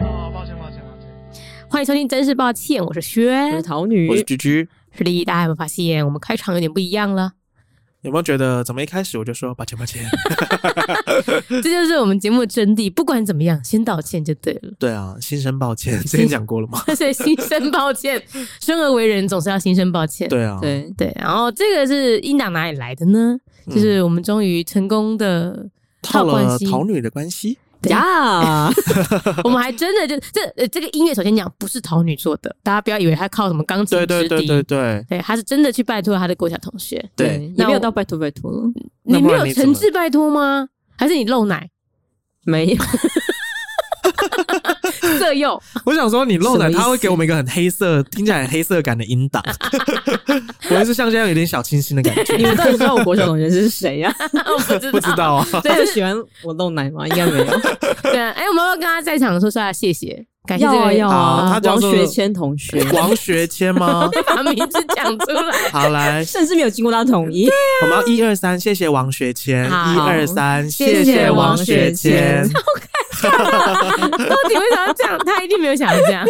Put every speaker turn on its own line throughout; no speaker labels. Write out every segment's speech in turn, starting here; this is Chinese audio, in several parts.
哦，抱歉，抱歉，抱歉。
欢迎收听《真是抱歉》，我是
我是
轩，
桃女
我，是居居，
是丽。大家有没有发现我们开场有点不一样了？
有没有觉得怎么一开始我就说抱歉，抱歉？
这就是我们节目的真谛。不管怎么样，先道歉就对了。
对啊，心生抱歉，之前讲过了吗？
所以心生抱 歉，生而为人总是要心生抱歉。
对啊，
对，
对，然后这个是音档哪里来的呢？
嗯
就是我们终于成功 的
套
关
了
系，
桃女的关系，
对
呀，
我们还真的就这呃这个音乐，首先讲不是桃女做的，大家不要以为她靠什么钢琴
对
直笛，
对对对对
对她是真的去拜托她的国小同学。
对，
也
那
没有
我
到拜托拜托了，
那
你
不
没
然
有
你怎
诚
么
挚拜托吗？还是你漏奶
没有，
色 诱？
我想说，你漏
什么
奶，
意思
他会给我们一个很黑色，听起来很黑色感的音档。我也是像这样有点小清新的感 觉，
你们到底知道我国小同学是谁啊 呀？
我不知道，
不知道啊。
他就喜欢我露奶吗？应该没 有，
对啊，哎、我们要不要跟他在场说说啊，谢谢，感谢
要
这
啊
位哦
要
好
啊
他，叫
王
做
学谦同学，
王学谦吗？
把名字讲出来。
好，来，
甚至没有经过他同意，
我们要一二三，谢谢王学谦，
好
一二三，
谢
谢
谢
王
王
学
学谦
谦。
到底为什么要这样？他一定没有想要这样。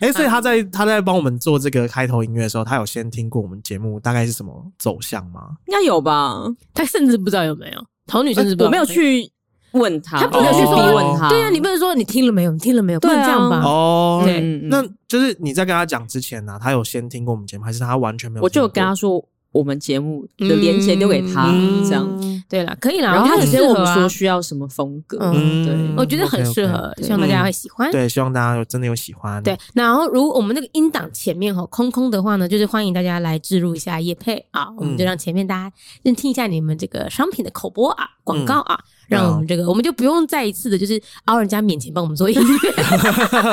哎、所以他在
嗯
他在帮我们做这个开头音乐的时候，他有先听过我们节目大概是什么走向吗？
应该有吧？
他甚至不知道有没呃有啊童女，甚至不知道
我没有。去问他，
他不
能
我没有去
说
逼问他，
对啊，你不能说你听了没有，你听了没有，不
对啊
能这样吧？
哦，
对
嗯嗯
那就是你在跟他讲之前啊呢、他有先听过我们节目，还是他完全没有
我
听过？
就跟他说我们节目的连接留给他
嗯，
这样。
对了，可以啦，
然后他
我
很
觉
跟
得
我
很适合
们
啊
说需要什么风格，
嗯
对，
我觉得很
OK，OK
适合，
对
希望大家会喜欢。
对，希望大家有真的有喜欢。
对，然后如果我们那个音档前面吼空空的话呢，就是欢迎大家来置入一下叶配啊，
嗯
我们就让前面大家先听一下你们这个商品的口播啊、广告
嗯
啊，让我们这个我们就不用再一次的 就是凹人家面前帮我们做音乐。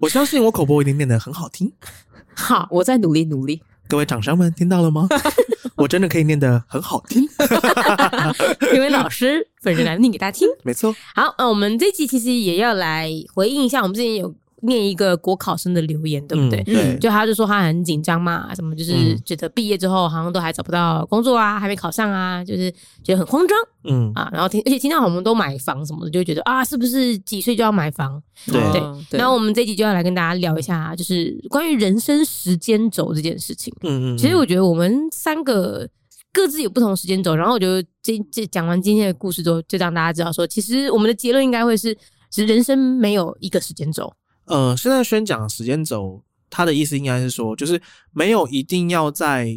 我相信我口播一定变得很好听，
好，
我在努力努力。
各位厂商们听到 了吗？我真的可以念得很好听，
因为老师本人来念给大家听。
没错。
好，呃，我们这期其实也要来回应一下，我们之前有念一个国考生的留言，对不对？
嗯对，
就他就说他很紧张嘛，什么就是
嗯
觉得毕业之后好像都还找不到工作啊，还没考上啊，就是觉得很慌张
嗯，
啊。然后听，而且听到我们都买房什么的，就会觉得啊，是不是几岁就要买房？
对
嗯对，
然后我们这一集就要来跟大家聊一下，啊就是关于人生时间轴这件事情。
嗯嗯，
其实我觉得我们三个各自有不同时间轴，然后我觉得这这讲完今天的故事之后，就让大家知道说，其实我们的结论应该会是，其实人生没有一个时间轴。
呃，现在宣讲的时间轴，他的意思应该是说，就是没有一定要在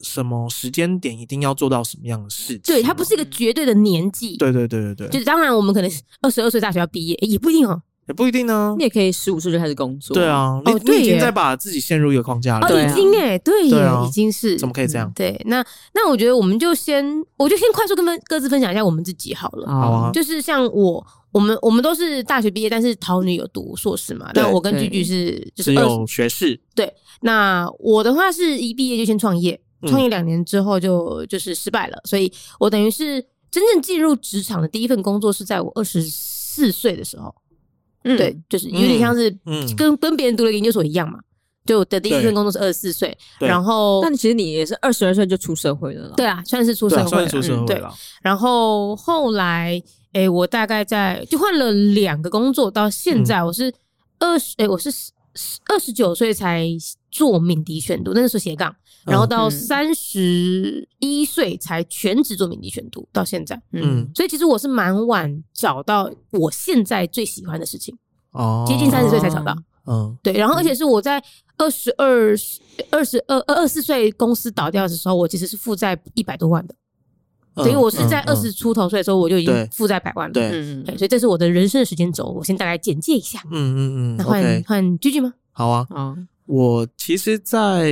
什么时间点一定要做到什么样的事情。
对，它不是一个绝对的年纪。，
对对对对
就
对，
是当然我们可能二十二岁大学要毕业，诶也不一定哦。
也不一定呢
你。也可以十五岁就开始工作，
对，啊，你
哦
你
对
已经
耶
在把自己陷入一个框架里
哦，
对
了
啊
已。经哎，对耶，
对啊
已经是
怎么可以这样
嗯对，那那我觉得我们就先，我就先快速跟分各自分享一下我们自己好了。
好啊，
就是像我，我们我们都是大学毕业，但是桃女有读硕士嘛，
对
那我跟
对
居居是就是
只
二
有学士，
那我的话是一毕业就先创业，
嗯
创业两年之后就就是失败了，所以我等于是真正进入职场的第一份工作是在我二十四岁的时候，
嗯
对，，就是有点像是
嗯嗯
跟、跟别人读了研究所一样嘛，就我的第一
对
份工作是二十四岁，
对
然后
但其实你也是二十二岁就出社会了啦，
对啊，算是出社
对啊，
会
算
了，
是出社
嗯
会
对，
了。
然后后来，诶，我大概在就换了两个工作，到现
嗯
在我是二十、诶，我是二十九岁才做敏迪选读，那个时候斜杠，
嗯
然后到
嗯
三十一岁才全职做敏迪选读，到现在，
嗯，
所以其实我是蛮晚找到我现在最喜欢的事情，
哦，
接近三十岁才找到，
嗯
对，然后而且是我在二十二、二十二、二十四岁公司倒掉的时候，我其实是负债一百多万的。
嗯，
等于我是在
嗯
二十，出头岁的时候，我就已经
对
负债百万了。
对
嗯，
对，所以这是我的人生的时间轴，我先大概简介一下。
嗯嗯嗯嗯
那换
，OK，
换居居吗？
好啊。
啊，
我其实在，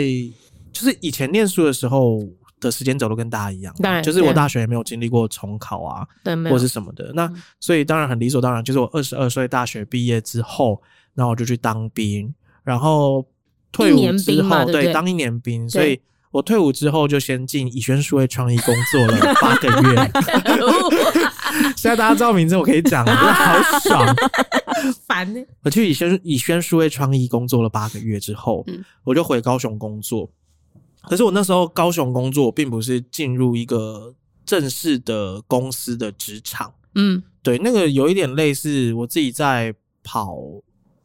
就是以前念书的时候的时间轴都跟大家一样
当，然
就是我
对啊
大学也没有经历过重考啊，
对，没
或
有嗯
者是。什么的。那所以当然很理所当然，就是我二十二岁大学毕业之后，那我就去当兵，然后退
一
伍
年
之
兵嘛
后，
对不对
当一年兵，所以。我退伍之后就先进以轩数位创意工作了八个 月，现在大家知道名字我可 以讲了，真的好爽。
烦呢。
我去以轩以轩数位创意工作了八个月之后，
嗯
我就回高雄工作。可是我那时候高雄工作，并不是进入一个正式的公司的职场，
嗯
对，那个有一点类似我自己在跑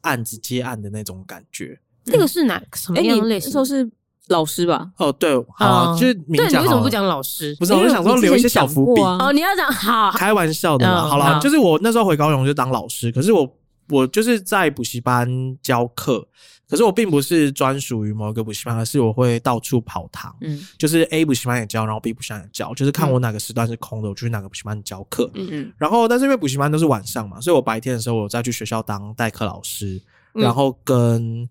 案子接案的那种感觉。
这个是哪什么
哎，
样
你
的
那
类
时
型？
候是老师吧？
哦，对，好啊，
哦
就是明
对，你
讲
为什么
好了
不？讲老师？
不是，啊我就想说留一些小伏笔。
哦，你要讲好，
开玩笑的啦，
嗯
好啦，
好
就是我那时候回高雄就当老师，可是我我就是在补习班教课，可是我并不是专属于某一个补习班，而是我会到处跑堂，
嗯
就是 A 补习班也教，然后 B 补习班也教，就是
嗯
看我哪个时段是空的，我就去哪个补习班教课。
嗯
然后，但是因为补习班都是晚上嘛，所以我白天的时候我再去学校当代课老师，
嗯
然后跟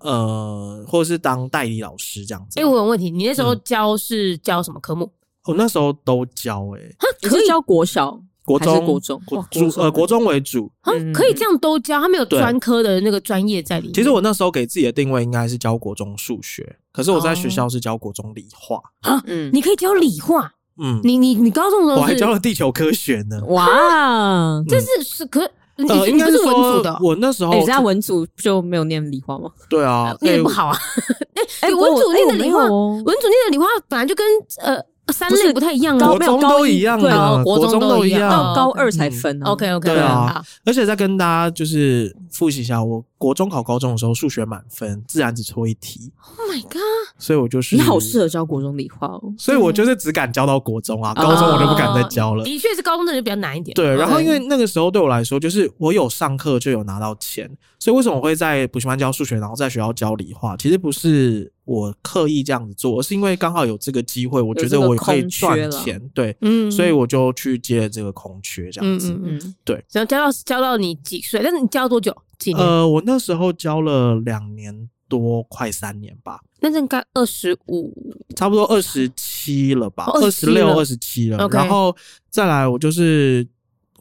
呃，或者是当代理老师这样子。
哎，我有问题，你那时候
嗯
教是教什么科目？
我那时候都教诶、欸
嗯，可以教国小，
国
还
中、
是国中
国
哇
主
国中
呃国中为主，
啊
嗯，
可以这样都教，他没有
对
专科的那个专业在里面。
其实我那时候给自己的定位应该是教国中数学，可是我在学
哦
校是教国中理化。
嗯，
你可以教理化，
嗯，
你你你高中的时候
我还
是
教了地球科学呢。
哎哇，
这是是可你
呃，
你
应
你
该
不是文组
说
的哦，，
我那时候
哎，在文组就没有念理化吗？
对啊，
念
哎
的不好啊。 哎，
哎，
文组念的理化，
哦，
文组念的理化本来就跟呃三类不太一样哦啊。
国
没有
中
高
都
一
一样
对
啊，
哦国中
都
都一样
样
到。
高二才分啊
OK OK，
对啊
好，
而且再跟大家就是复习一下，我国中考高中的时候数学满分，自然只错一题，
Oh my god！
所以我就是
你好嗯适合教国中理化哦。
所以我就是只敢教到国中啊，
哦
高中我就不敢再教了。
的确是高中的就比较难一点。
对，然后因为
对
那个时候对我来说，就是我有上课就有拿到钱，所以为什么我会在补习班教数学，然后在学校教理化？其实不是我刻意这样子做，而是因为刚好有这个机会，我觉
有这
得
个
我可以
空缺
赚
了
钱，对，
嗯
所以我就去接了这个空缺这样子。
嗯，
对，
然后教到教到你几岁？但是你教多久？
嗯
几年？
呃，我那时候教了两年多，快三年吧，
那应该二十五。
差不多二十七了吧，
哦
二十六、
27
二十七了。
OK
然后再来，我就是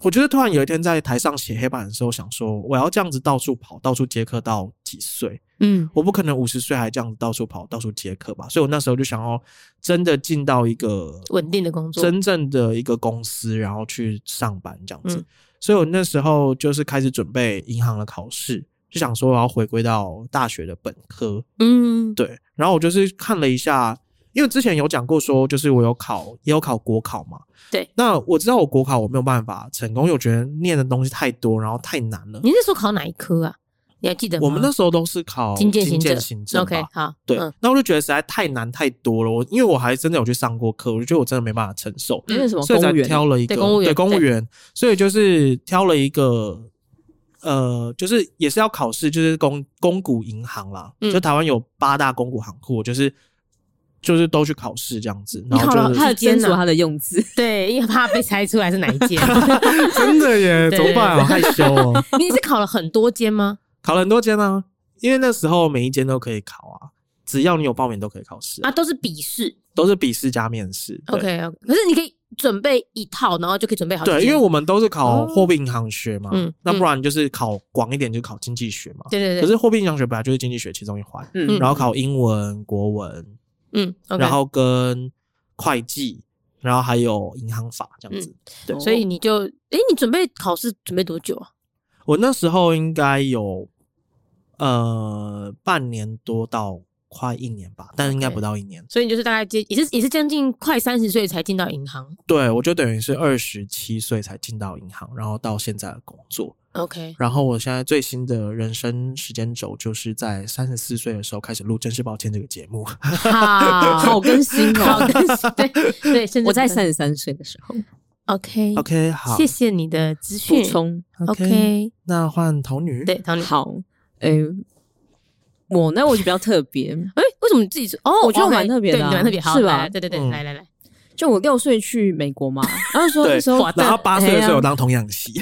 我觉得突然有一天在台上写黑板的时候，想说我要这样子到处跑，到处接客到几岁？
嗯
我不可能五十岁还这样子到处跑，到处接客吧。所以我那时候就想要真的进到一个
稳定的工作
真正的一个公司，然后去上班这样子。
嗯
所以我那时候就是开始准备银行的考试，就想说我要回归到大学的本科。
嗯，
对，然后我就是看了一下，因为之前有讲过说，就是我有考，也有考国考嘛。
嗯对，
那我知道我国考我没有办法成功，因为我觉得念的东西太多，然后太难了。
你那时候考哪一科啊？你还记得吗？
我们那时候都是考
经建行
行
政
行政
OK，
吧
好，
对
嗯，
那我就觉得实在太难太多了。我因为我还真的有去上过课，我就觉得我真的没办法承受，
那是什么
所以才
公务员？
挑了一个
对公务员
对公务
对
员，所以就是挑了一个。呃，就是也是要考试，就是公公股银行啦，
嗯
就台湾有八大公股行库，我就是就是都去考试这样子，然
你
后
考
就
了
是
他有斟酌他的用字，
对，因为怕被猜出来是哪一 间。
真的耶，
对
怎么办、啊？ 害羞 哦，
你是考了很多间吗？
考了很多间啊，因为那时候每一间都可以考啊，只要你有报名都可以考试、
啊，都是笔试。
都是笔试加面试。对
OK OK，可是你可以准备一套，然后就可以准备好几间。
对，因为我们都是考
哦
货币银行学嘛，
嗯
那不然就是考广一点就考经济学嘛。
对对
可
对，
是货币银行学本来就是经济学其中一环，
嗯
然后考英文、国文，
嗯，OK，
然后跟会计，然后还有银行法这样子。
嗯
对
所以 你就诶，你准备考试准备多久啊？
我那时候应该有呃半年多到快一年吧，但应该
OK
不到一年。
所以你就是大概接也是也是将近快三十岁才进到银行。
对，我就等于是二十七岁才进到银行，然后到现在的工作。
OK，
然后我现在最新的人生时间轴就是在三十四岁的时候开始录《真是抱歉》这个节目。
嗯好，
好更新 嗯
好
哦。
跟对对， 甚至
我
不
在
能
三十三岁的时候
OK
OK，好，
谢谢你的资
补
讯
充，
OK，
那换头女。
对，唐女，
好，哎，我呢我就比较特别，
哎，为什么你自己说？哦，
我觉得
OK，
蛮特别的
对
啊
你蛮特别，好
是吧
来对对对，
嗯
来来来，
就我六岁去美国嘛，然后说
对
那时候
哇
然后八岁的时候有
哎呀
当童养媳，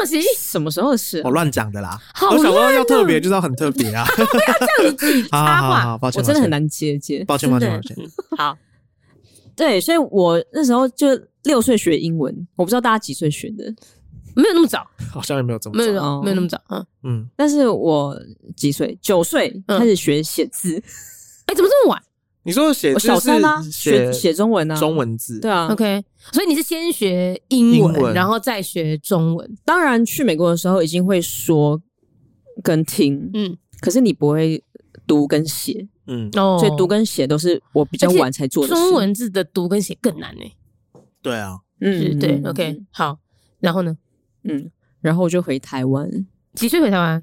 不行，
什么时候的事啊
我？乱讲的啦。
好
哦我想说要特
烂哦
别就是要很特别啊。
这样你自己
好
插
好好
话，
好，抱歉，
我真的
抱歉
很。难接接。
抱歉，抱歉，抱
真
歉
的。嗯好，
对，所以我那时候就六岁学英文，我不知道大家几岁学的，
没有那么早，
好像也没有这么
没有
早。
那么
哦
没有那么早，嗯，
嗯，
但是我几岁？九岁
嗯
开始学写字，
哎，怎么这么晚
你说写
我
字
小
是
三啊，
写
学写中文啊，
中文字，
对啊。
？OK，所以你是先学英
嗯英文
文，然后再学中文，
当然去美国的时候已经会说跟听，
嗯，
可是你不会读跟写，
嗯，
哦
所以读跟写都是我比较晚才做的事。
嗯
中文字的读跟写更难呢。
对啊，
是
嗯
对
嗯
，OK，好。然后呢？
嗯，然后我就回台湾，
几岁回台湾？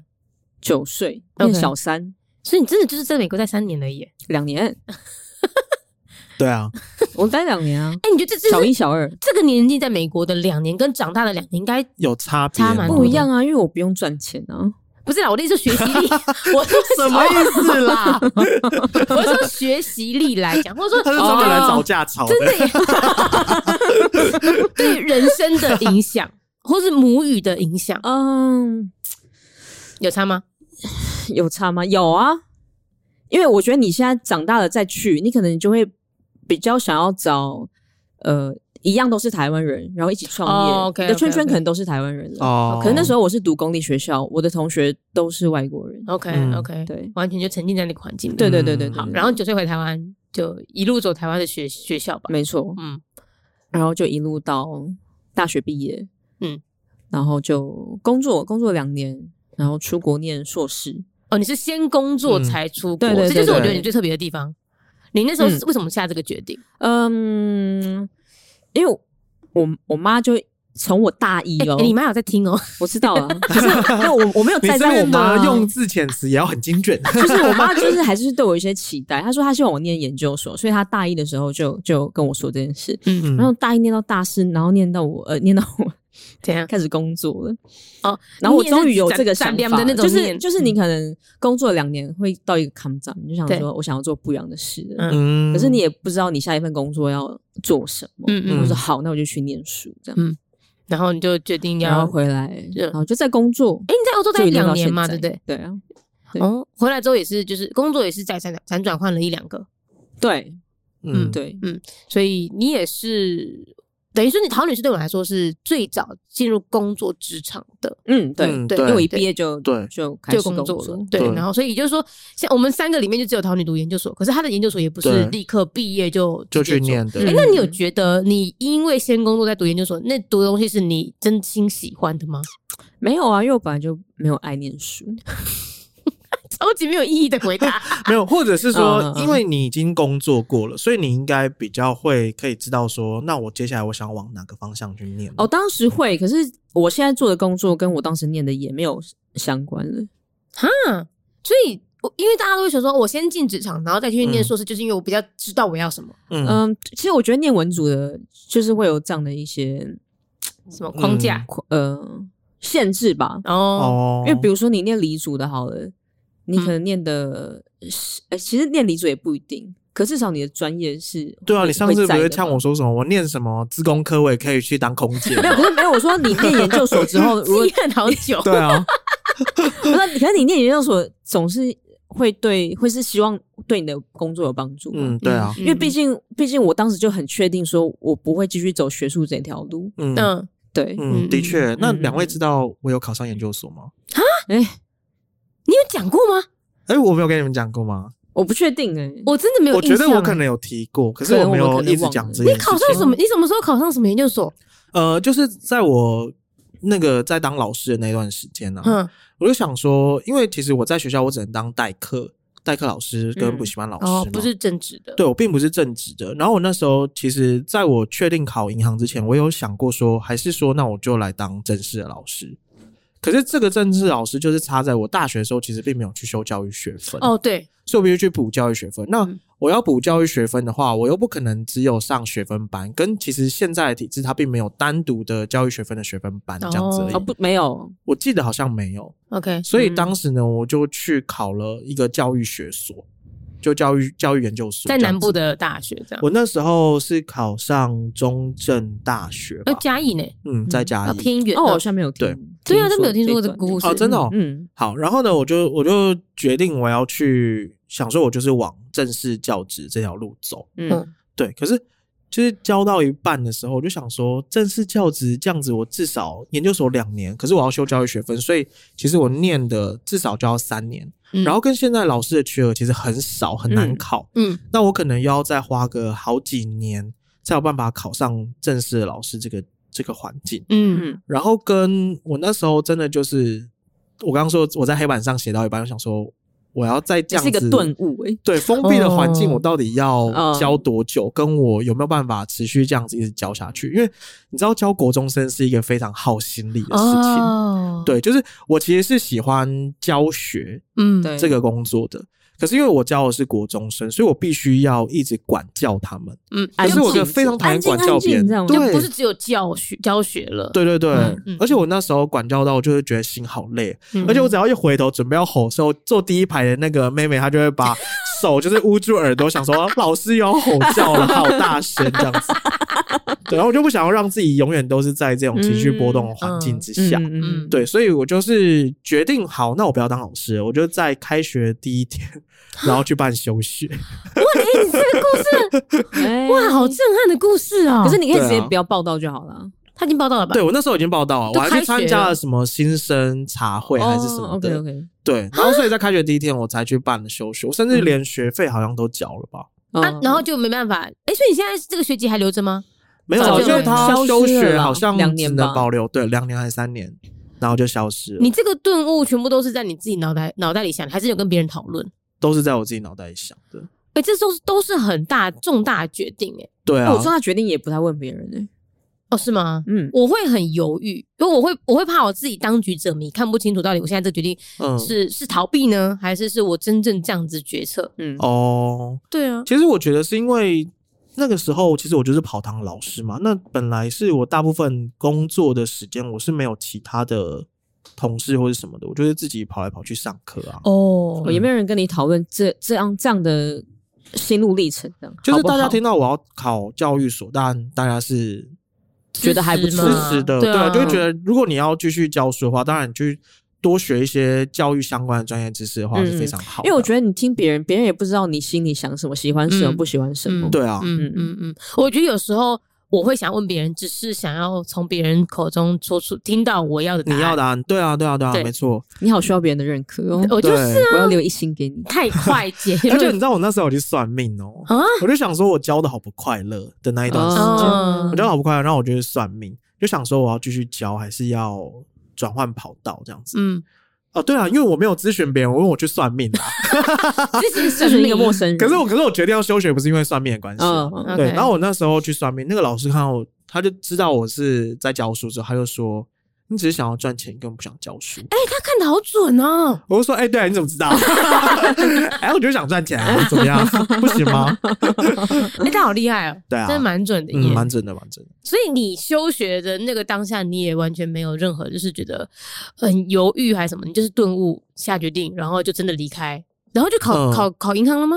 九岁，
OK
念小三，
所以你真的就是在美国待三年而已耶。
两年，
对啊，
我待两 年啊，
哎，你觉得这
小
这
一
是
小二
这个年纪在美国的两年，跟长大的两年应该
有差别
差蛮
吗
多的
不一样啊，因为我不用赚钱啊，
不是啦？我的意思是学习 力，我说
什么意思啦？
我是说学习力来讲，或者说
他是专门来
哦
找架吵的
真。的耶 对人生的影响，或是母语的影响，
嗯，
有差吗？
有差吗？有啊，因为我觉得你现在长大了再去，你可能就会比较想要找呃一样都是台湾人，然后一起创业。
哦，OK，
你的圈
OK，OK
圈可能都是台湾人了。
哦
可能那时
候
候我是读公立学校，我的同学都是外国人。
OK
嗯
OK，、
对
完全就沉浸在那个环境。
对对对对
嗯
对，
好，
对
然后九岁回台湾，就一路走台湾的学学校吧。
没错，
嗯，
然后就一路到大学毕业，
嗯，
然后就工作工作两年，然后出国念硕士。
哦，你是先工作
嗯
才出国，
对对对
这就是我觉得
对
你最特别的地方。你那时候
嗯
是为什么下这个决定？
嗯，因为我我妈就从我大一
哎、
哦，
你妈有在听哦，
我知道啊， 可是因为我我没有
你
再
这
在我
边
妈
的
啊，
用字遣词也要很精准。
就是我妈就是还是对我有一些期待。她说她希望我念研究所，所以她大一的时候就就跟我说这件事。
嗯
然后大一念到大四，然后念到我呃念到我
怎 样？
开始工作了，
哦，
然后我
你也是
终于有
斩
这个想
斩两
法
的那
了，
种
就是
念嗯
就是你可能工作两年会到一个 come down，你就想
对
说我想要做不一样的事了，
嗯
嗯
可是你也不知道你下一份工作要做什么。
嗯
我
嗯
说
嗯，
好，那我就去念书这样，
嗯然后你就决定要
然后回来，
就
然后就在工作，
哎、你在欧洲待
就一路到
两年嘛，对
现
不
在
对？？
对啊，对
哦，回来之后也是，就是工作也是在辗转辗转换了一两个，
对
嗯
对，
所以你也是等于说你陶女士对我来说是最早进入工作职场的，
嗯对，
嗯
对
因为我一
对
毕业就
对
就开
就
始
工作
作
了，对，
对
然后所以也就是说，像我们三个里面就只有陶女读研究所，可是她的研究所也不是
对
立刻毕业就
就
直接
去
做。
念的
哎、
嗯
那你有觉得你因为先工作再读研究所，那读的东西是你真心喜欢的吗？
没有啊，因为我本来就没有爱念 书，
超级没有意义的回答。
没有，或者是说
嗯，嗯嗯
因为你已经工作过了，所以你应该比较会可以知道说，那我接下来我想往哪个方向去念。
哦，，当时会，可是我现在做的工作跟我当时念的也没有相关了。
哈，所以我因为大家都会想说，我先进职场，然后再去念
嗯
硕士，就是因为我比较知道我要什么
嗯，
嗯，其实我觉得念文组的，就是会有这样的一些
什么框架
嗯。
呃限制吧，
哦，
哦，嗯
因为比如说你念理组的好了，你可能念的，呃，其实念理组也不一定，可至少你的专业是
对啊，
会
你上次不
会在
是
的
呛
嘛
我说什么？我念什么自工科，我也可以去当空姐。
没有，可是没有。我说你念研究所之 后，如果
记恨好久。
对啊，
不是你，可是你念研究所总是会对，会是希望对你的工作有帮助。
嗯，，对啊，
因为毕竟，毕竟我当时就很确定，说我不会继续走学术这条路。
嗯
嗯，
对，
嗯，的确。那
嗯
两位知道我有考上研究所吗？
哎、
你有讲过吗？
哎，我没有跟你们讲过吗？
我不确定哎、
我真的没有
我
印象
觉
欸。
得我可能有提过，可是
可能
我没
我
有
可能
一直
忘
讲
了
这件
你
事
考
情。
上什么？你什么时候考上什么研究所？
呃，就是在我那个在当老师的那段时间啊呢、
嗯，
我就想说，因为其实我在学校我只能当代课、代课老师跟
嗯
补习班老师嘛、
哦，不是正职的。
对我并不是正职的。然后我那时候其实在我确定考银行之前，我有想过说，还是说那我就来当正式的老师。可是这个正式老师就是差在我大学的时候其实并没有去修教育学分
哦，对，
所以我必须去补教育学分。那
嗯
我要补教育学分的话，我又不可能只有上学分班，跟其实现在的体制它并没有单独的教育学分的学分班这样子而已。
哦不，没有，
我记得好像没有，
OK。
所以当时呢，我就去考了一个教育学所，就教育教育研究所，
在南部
的。
的大学这样，
我那时候是考上中正大学吧
要，哦嘉义呢，
嗯，在嘉
啊，
义。
偏远。
哦，我好像没有听
对。
对啊，都没有听说过
这
这个故事
哦，真的哦。
嗯，
好，然后呢，我就我就决定我要去，想说我就是往正式教职这条路走。
嗯
对，可是就是教到一半的时候，我就想说，正式教职这样子，我至少研究所两年，可是我要修教育学分，所以其实我念的至少就要三年。
嗯
然后跟现在老师的缺额其实很少，很难
嗯
考。
嗯，
那我可能又要再花个好几年，才有办法考上正式的老师这个这个环境。
嗯
嗯
然后跟我那时候真的就是，我刚刚说我在黑板上写到一半，我想说我要再这
这
样
是一
子
个顿悟哎、
对封闭的环境，
哦
我到底要
嗯
教多久？跟我有没有办法持续这样子一直教下去？因为你知道，教国中生是一个非常耗心力的事情。
哦，，
对，就是我其实是喜欢教学
嗯，
对
这个工作的，可是因为我教的是国中生，所以我必须要一直管教他们。
嗯，
可
安
是
静
我就非常讨厌管
安静
教别
安静
人
这，样
就
对，
不是只有教学教学了，，
对对对
嗯
嗯，
而且我那时候管教到，我就会觉得心好累，
嗯
而且我只要一回头准备要吼的时候，坐第一排的那个妹妹她就 会把手就是捂住耳朵，想说老师又要吼叫了，好大声这样 子。对，然后我就不想要让自己永远都是在这种情绪波动的环境之下。
嗯嗯嗯，
对，所以我就是决定好，那我不要当老师了，我就在开学第一天，然后去办 休学。
哎
哇，好震撼的故事哦！
可是你可以直接
对啊
不要报道就好了。
他已经报道了吧？
对，我那时候已经报道了，我
都
还
开学
去参加了
了
什么新生茶会还是什么的。
哦 OK OK，
对，然后所以在开学第一天我才去办了休学，我甚至
嗯
连学费好像都缴了吧？
啊，然后就没办法。哎，所以你现在这个学籍还留着吗？
没有，
早
因
就
为他
消失
休学
了吧
好像
两
只
年
能
吧
保留对两年还是三年，然后就消失了
你。这个顿悟全部都是在你自己脑袋脑袋里想，还是有跟别人讨论？
都是在我自己脑袋里想的。
哎，这都是都是很大重大的决定，哎，
对啊
哦我，重大决定也不太问别人哎。
哦，是吗？
嗯，
我会很犹豫，因为我会我会怕我自己当局者迷，看不清楚到底我现在这个决定
嗯，
是、是逃避呢，还是是我真正这样子决策？
嗯，
哦，
对啊，
其实我觉得是因为那个时候，其实我就是跑堂老师嘛。那本来是我大部分工作的时间，我是没有其他的同事或者什么的，我就是自己跑来跑去上课啊。
哦
哦有没有人跟你讨论这这样这样的心路历程？这样
就
好
是大
不
家
好
听到我要考教育所，但大家是
觉得还不错
支
嘛
持的，对
对啊，
啊，就会觉得如果你要继续教书的话，当然你去多学一些教育相关的专业知识的话
嗯
是非常好的，
因为我觉得你听别人，别人也不知道你心里想什么，喜欢什么，
嗯
不喜欢什么。
嗯
对啊，
嗯嗯嗯，我觉得有时候我会想问别人，只是想要从别人口中说出听到我要的答案。
你要答案，对啊，对啊，对啊，
对
没错。
你好需要别人的认可哦。
我就是
对
我要留一星给你。
太快捷
而且你
论
知道我那时候我去算命哦、
啊，
我就想说我教的好不快乐的那一段时间，
哦
我教的好不快乐，然后我就去算命，就想说我要继续教还是要转换跑道这样子。
嗯，
哦，对啊，因为我没有咨询别人，我问我去算命啦。啊
这
这是一个陌生人。
可是我，可是我决定要休学，不是因为算命的关系啊、
嗯，嗯
OK
对，然后我那时候去算命，那个老师看到我，他就知道我是在教书之后，他就说：“你只是想要赚钱，你根本不想教书。
哎，他看的好准哦。
我就说：“哎、对啊，你怎么知道？ 哎，我就想赚钱啊，怎么样？不行吗？
哎，他好厉害哦，
对啊
真的蛮准的
嗯，
耶。
蛮准的，蛮准的。
所以你休学的那个当下，你也完全没有任何就是觉得很犹豫还是什么，你就是顿悟下决定，然后就真的离开，然后就考、
嗯
考考银行了吗？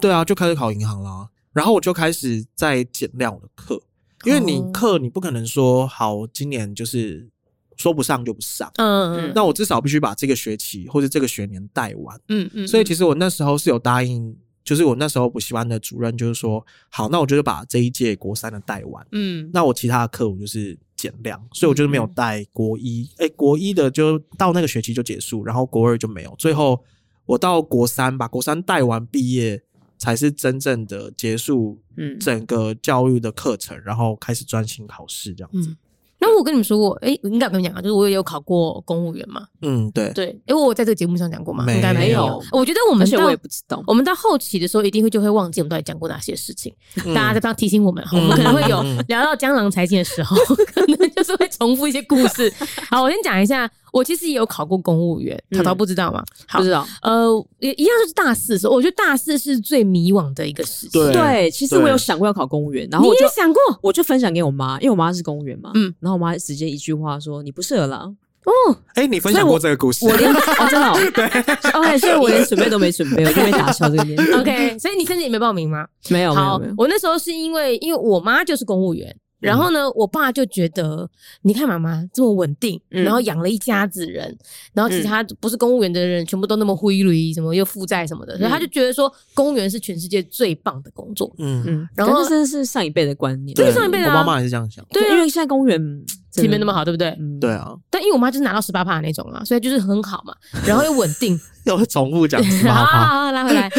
对啊，就开始考银行啦，然后我就开始在减量我的课，因为你
哦
课你不可能说好，我今年就是说不上就不上，
嗯嗯
那我至少必须把这个学期或者这个学年带完。”
嗯嗯，
所以其实我那时候是有答应，就是我那时候补习班的主任就是说，好，那我就是把这一届国三的带完，
嗯
那我其他的课我就是减量，所以我就是没有带国一，哎、国一的就到那个学期就结束，然后国二就没有，最后我到国三把国三带完毕业，才是真正的结束
嗯，
整个教育的课程，然后开始专心考试这样子。
嗯。那我跟你们说过，哎、应该有跟你们讲啊，就是我也有考过公务员嘛。
嗯，对，
对，哎、我有在这个节目上讲过吗？
没
应该没
有
有。我觉得我
而
们
且
到
我也不知道。
我们到后期的时候，一定会就会忘记我们到底讲过哪些事情。
嗯
大家在帮提醒我们，我
嗯
们可能会有
嗯嗯
聊到江郎才尽的 时候，可能就是会重复一些故事。好，我先讲一下，我其实也有考过公务员，
嗯
淘淘不知道吗？好
不知，道，
呃，也一样就是大四的时候，我觉得大四是最迷惘的一个时期。
对
对，其实
对
我有想过要考公务员，然后
你
我就
也想过
我就分享给我妈，因为我妈是公务员嘛，
嗯
嗯，然后我妈直接一句话说：“你不适合啦。
哦？
哎、你分享过这个故事，啊
我连哦真的、哦、对，OK，所以我连准备都没准备，我就被打消这个念 头。
OK，所以你甚至也没报名吗？
哦没有没有
好嗯
没有，，嗯
我那时候是因为因为我妈就是公务员，然后呢，我爸就觉得你看妈妈这么稳定，
嗯
然后养了一家子人，然后其他不是公务员的人全部都那么灰驴，什么又负债什
嗯
么的，所以他就觉得说公务员是全世界最棒的工作。
嗯，
嗯，
然后
可是这是上一辈的观念，
对
上一辈的
我
啊
妈妈也是这样想，
对啊
因为现在公务员
其实没那么，好，对不对？
真的嗯
对，啊，
但因为我妈就是拿到十八趴那种啊，所以就是很好嘛，然后又稳 定，
又重复讲十
好
八
好
趴。
好，拉回来。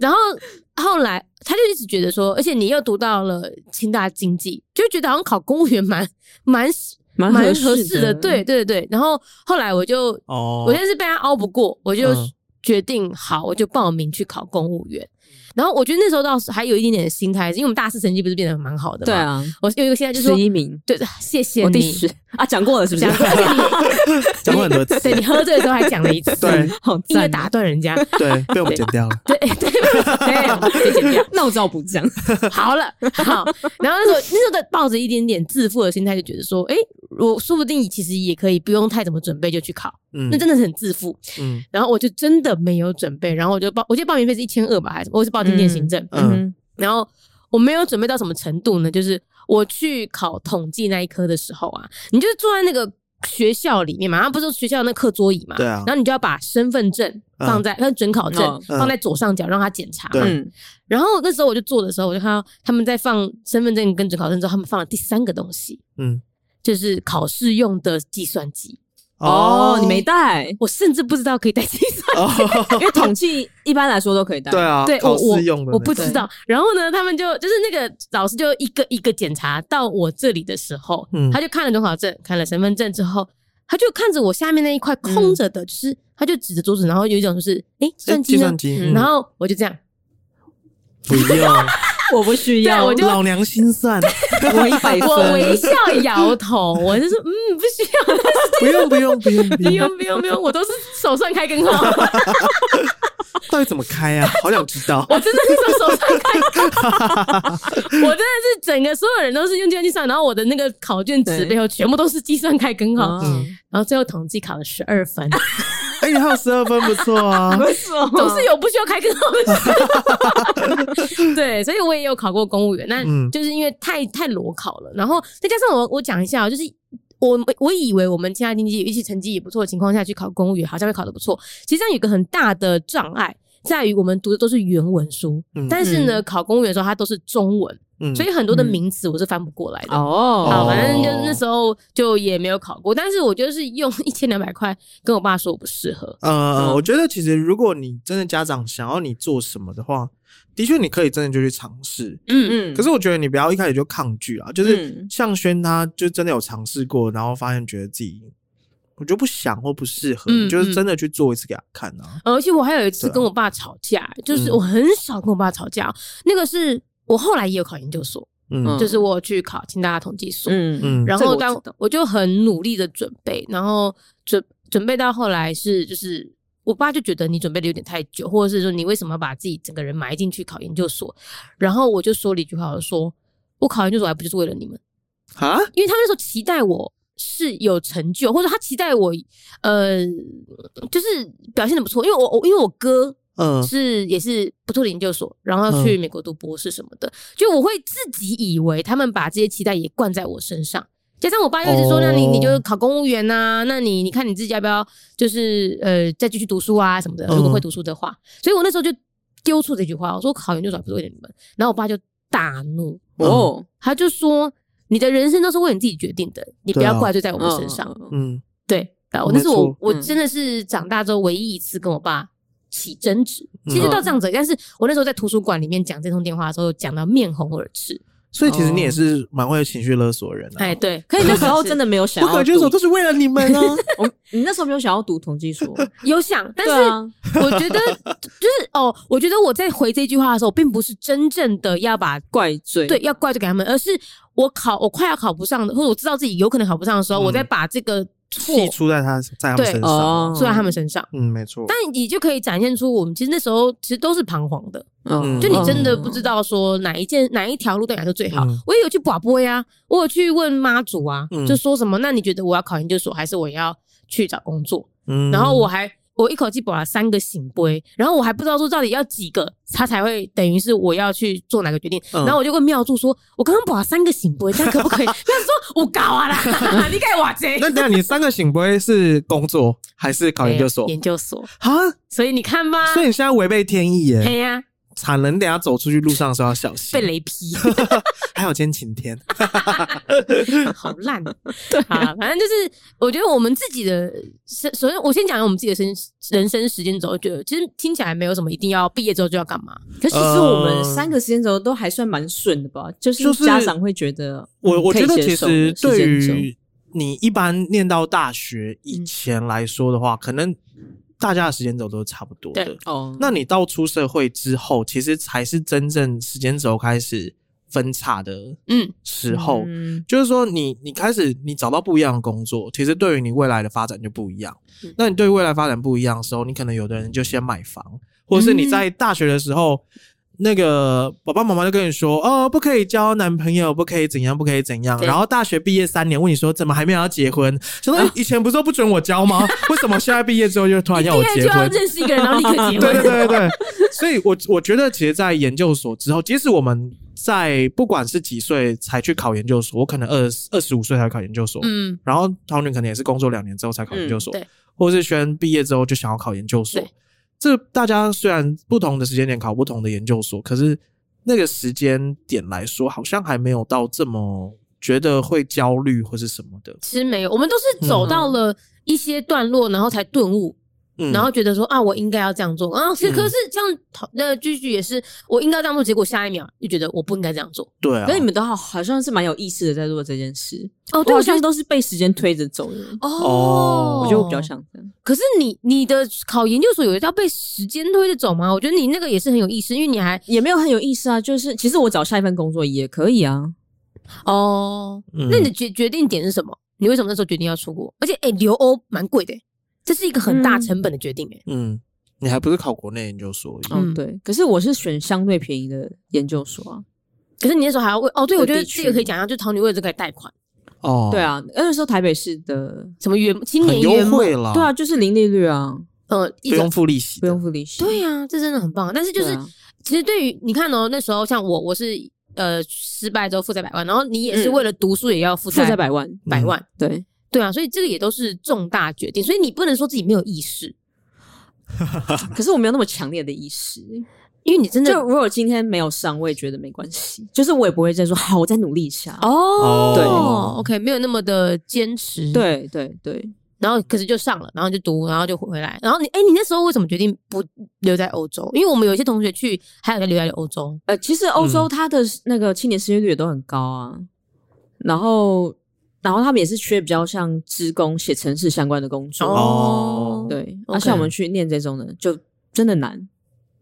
然后后来他就一直觉得说，而且你又读到了清大经济，就觉得好像考公务员蛮蛮
蛮
蛮
合嗯
合适的，对，对对。然后后来我就，
哦，
我真是被他熬不过，我就
嗯
决定好，我就报名去考公务员。
嗯
然后我觉得那时候倒是还有一点点的心态，因为我们大四成绩不是变得蛮好的嘛。
对，啊，
我有一个现在就说
十，一名，
对，谢谢
我第
你。
十啊，讲过了是不是
讲？过，而且
讲过很 多次
你，对你喝醉的时候还讲了一次，
对
好
因为
赞
打
啊，
断人家，
对，被我们剪掉了。
对对对，就剪掉。
那我知道不讲，
好了，好。然后那时候那时候的抱着一点点自负的心态，就觉得说，哎、我说不定其实也可以不用太怎么准备就去考，
嗯
那真的是很自负。
嗯
然后我就真的没有准备，然后我就报，我记得报名费是一千二吧，还是我是报今天行政，
嗯
嗯
然后我没有准备到什么程度呢？就是我去考统计那一科的时候啊，你就是坐在那个。学校里面嘛，然后啊不是学校那课桌椅嘛，
对啊哦
然后你就要把身份证放在，那、准考证、
嗯
放在左上角，让他检查嘛。
对
嗯，
然后那时候我就做的时候，我就看到他们在放身份证跟准考证之后，他们放了第三个东西，
嗯，
就是考试用的计算机。
哦，你没 带，
我甚至不知道可以带计算，
哦，
因为统计一般来说都可以带，
对啊，
对我
考
我
试用的，哎
我不知道。然后呢，他们就就是那个老师就一个一个检查到我这里的时候，
嗯
他就看了准考证，看了身份证之后，他就看着我下面那一块
嗯
空着的，就是他就指着桌子，然后有一种就是哎计
哎
算机
计
呢
算机，嗯
然后我就这样，
不用，
我不需
对
要，
我就
老娘 心算，
我一百分，
我微 笑摇头，我就说嗯不需要。
不用不用不用不
不
用，
用不用不用，我都是手算开根号，
到底怎么开啊？好想知道。
我真的是手算开根号，我真的是整个所有人都是用计算机算，然后我的那个考卷纸背后全部都是计算开
哦
根号，
嗯
然后最后统计考了十二 分，
哎，你还有十二分，不错 啊。
不是 哦，
总是有不需要开根号的事。 对，所以我也有考过公务员，那
嗯
就是因为太太裸考了，然后再加上我我讲一下哦，就是。我我以为我们其他经济预期成绩也不错的情况下去考公务员，好像会考得不错。其实上有一个很大的障碍，在于我们读的都是原文书，
嗯
但是呢，考公务员的时候它都是中文，
嗯
所以很多的名词我是翻不过来的。
哦
好，反正就是
哦
那时候就也没有考过，但是我就是用一千两百块跟我爸说我不适合，嗯
呃，我觉得其实如果你真的家长想要你做什么的话，的确你可以真的就去尝试。
嗯，
嗯，
可是我觉得你不要一开始就抗拒啊，就是
嗯
像轩他就真的有尝试过，然后发现觉得自己我就不想或不适合，
嗯
你就是真的去做一次给他看啊。
而且我还有一次
对啊
跟我爸吵架，就是
嗯
我很少跟我爸吵架，那个是我后来也有考研究所，
嗯
就是我去考清大统计所，
嗯
嗯
然
这个
后
我
当
知道
我就很努力的准备，然后准准备到后来是就是我爸就觉得你准备的有点太久，或者是说你为什么要把自己整个人埋进去考研究所？然后我就说了一句话，我说我考研究所还不就是为了你们？
啊，
因为他们那时候期待我是有成就，或者他期待我呃就是表现的不错，因为我我因为我哥
嗯
是也是不错的研究所，然后要去美国读博士什么的，就我会自己以为他们把这些期待也灌在我身上。加上我爸又一直说，
哦
那你你就考公务员呐、那你你看你自己要不要，就是呃再继续读书啊什么的，
嗯
如果会读书的话。所以我那时候就丢出这句话，我说考研究所还不是为了你们。然后我爸就大怒，
哦，
他就说你的人生都是为你自己决定的，你不
对啊
要怪罪在我们身上。
嗯，
对，然后
没
那是我
错
我
嗯
真的是长大之后唯一一次跟我爸起争执，
嗯
其实到这样子，但是我那时候在图书馆里面讲这通电话的时候，讲到面红耳赤。
所以其实你也是蛮会情绪勒索人的、啊。
哎，对，可
可
以
以
那
那
时
时
候
候
真
真
的
的没有想
我
要读，
考研究所都是为了你们啊。
我你那时候没有想要读统计书，
有想，但
对
是
啊，
我觉得就是哦，我觉得我在回这句话的时候，并不是真正的要把
怪罪，
对，要怪罪给他们，而是我考我快要考不上的，或者我知道自己有可能考不上的时候，
嗯
我再把这个错
气出在他在他们身上啊。
哦，
出在他们身上。
嗯，没错。
但你就可以展现出我们其实那时候其实都是彷徨的，
嗯
就你真的不知道说哪一件哪一条路对你来说最好。
嗯
我也有去广播呀，我有去问妈祖啊，
嗯
就说什么？那你觉得我要考研究所，还是我要去找工作？
嗯
然后我还我一口气保了三个醒杯，然后我还不知道说到底要几个，他才会等于是我要去做哪个决定。
嗯
然后我就问妙祝说：“我刚刚保了三个醒杯，这样可不可以？” 妙祝说：“我搞啊啦， 你该哇这
那等一下你三个醒不会是工作还是 考研究所
哎研究所，
啊？
所以你看吧，
所以你现在违背天意
哎
耶！
呀、
产人等一下走出去路上的时候要小心
被。雷劈。”
还有今天晴天，
好烂 哦，对啊，反正就是我觉得我们自己的生，首先我先讲我们自己的生人生时间轴，觉得其实听起来没有什么一定要毕业之后就要干嘛，
可是其实我们三个时间轴都还算蛮顺的吧，就
嗯就是
是家长会觉得
我我觉
嗯可
得
以
其
接受
实
的时
对
间轴嗯
于你一般念到大学以前来说的话，可能大家的时间轴都是差不多的
对。
哦，
那你到出社会之后，其实才是真正时间轴开始分叉的
嗯，
时候。
嗯
就是说你，你开始你找到不一样的工作，其实对于你未来的发展就不一样。
嗯
那你对未来发展不一样的时候，你可能有的人就先买房，或者是你
嗯
在大学的时候，那个爸爸妈妈就跟你说，哦，不可以交男朋友，不可以怎样，不可以怎样。
对
然后大学毕业三年，问你说怎么还没有要结婚？想
哦
说以前不是都不准我交吗？为什么现在毕业之后就突然要 我
一定
结
就要
婚？
认识一个人，然后立刻结婚。
对对对对对，所以我我觉得，其实，在研究所之后，即使我们在不管是几岁才去考研究所，我可能二二十五岁才考研究所，
嗯，
然后唐女可能也是工作两年之后才考研究所，
嗯对
或者是轩毕业之后就想要考研究所
对。
这大家虽然不同的时间点考不同的研究所，可是那个时间点来说，好像还没有到这么觉得会焦虑或是什么的。
其实没有，我们都是走到了一些段落，然后才顿悟，
嗯，
然后觉得说啊，我应该要这样做啊。是
嗯
可是这样，那句句也是我应该这样做，结果下一秒就觉得我不应该这样做。
对啊
可，是你们都好好像是蛮有意识的在做这件事，
哦，
我
我
好
觉
像
得
都是被时间推着走的。
哦
我觉得我比较。像这样，
可是你你的考研究所有一道被时间推着走吗？我觉得你那个也是很有意思，因为你还
也没有很有意思啊。就是其实我找下一份工作也可以啊，
哦，
嗯
那你的决决定点是什么？你为什么那时候决定要出国？而且，哎、留欧蛮贵的、欸这是一个很大成本的决定、哎、
嗯，你还不是考国内研究所而已？
嗯
嗯，对。可是我是选相对便宜的研究所啊，
可是你那时候还要为哦，对，
这
我
个
觉得
地区
这个可以讲一下，就桃女为了这个贷款，
哦，
对，啊。那时候台北市的，
什么元青
很
年
优
元末，
惠啦，
对啊，，就是零利率啊，
呃，一
不
种
用付利息
不
的，
用付利息。
对呀、这真的很棒。但是就是、
对啊
其实对于你看哦，那时候像我，我是呃失败之后负债百万，然后你也是
嗯
为了读书也要负
负
债
债百万，
百万，
对，
对啊，所以这个也都是重大决定，所以你不能说自己没有意识，
啊
可是我没有那么强烈的意识。
因为你真的
就如果今天没有上，我也觉得没关系，就是我也不会再说好，我再努力一下。
哦
对
o k 没有那么的坚持，，
对对对，
然后可是就上了，然后就读，然后就回来，然后你哎，你那时候为什么决定不留在欧洲？因为我们有一些同学去，还有在留在欧洲，
呃，其实欧
嗯
洲它的那个青年失业率也都很高啊，然后然后他们也是缺比较像职工、写程式相关的工作，
哦
对，而
OK
像我们去念这种的就真的难，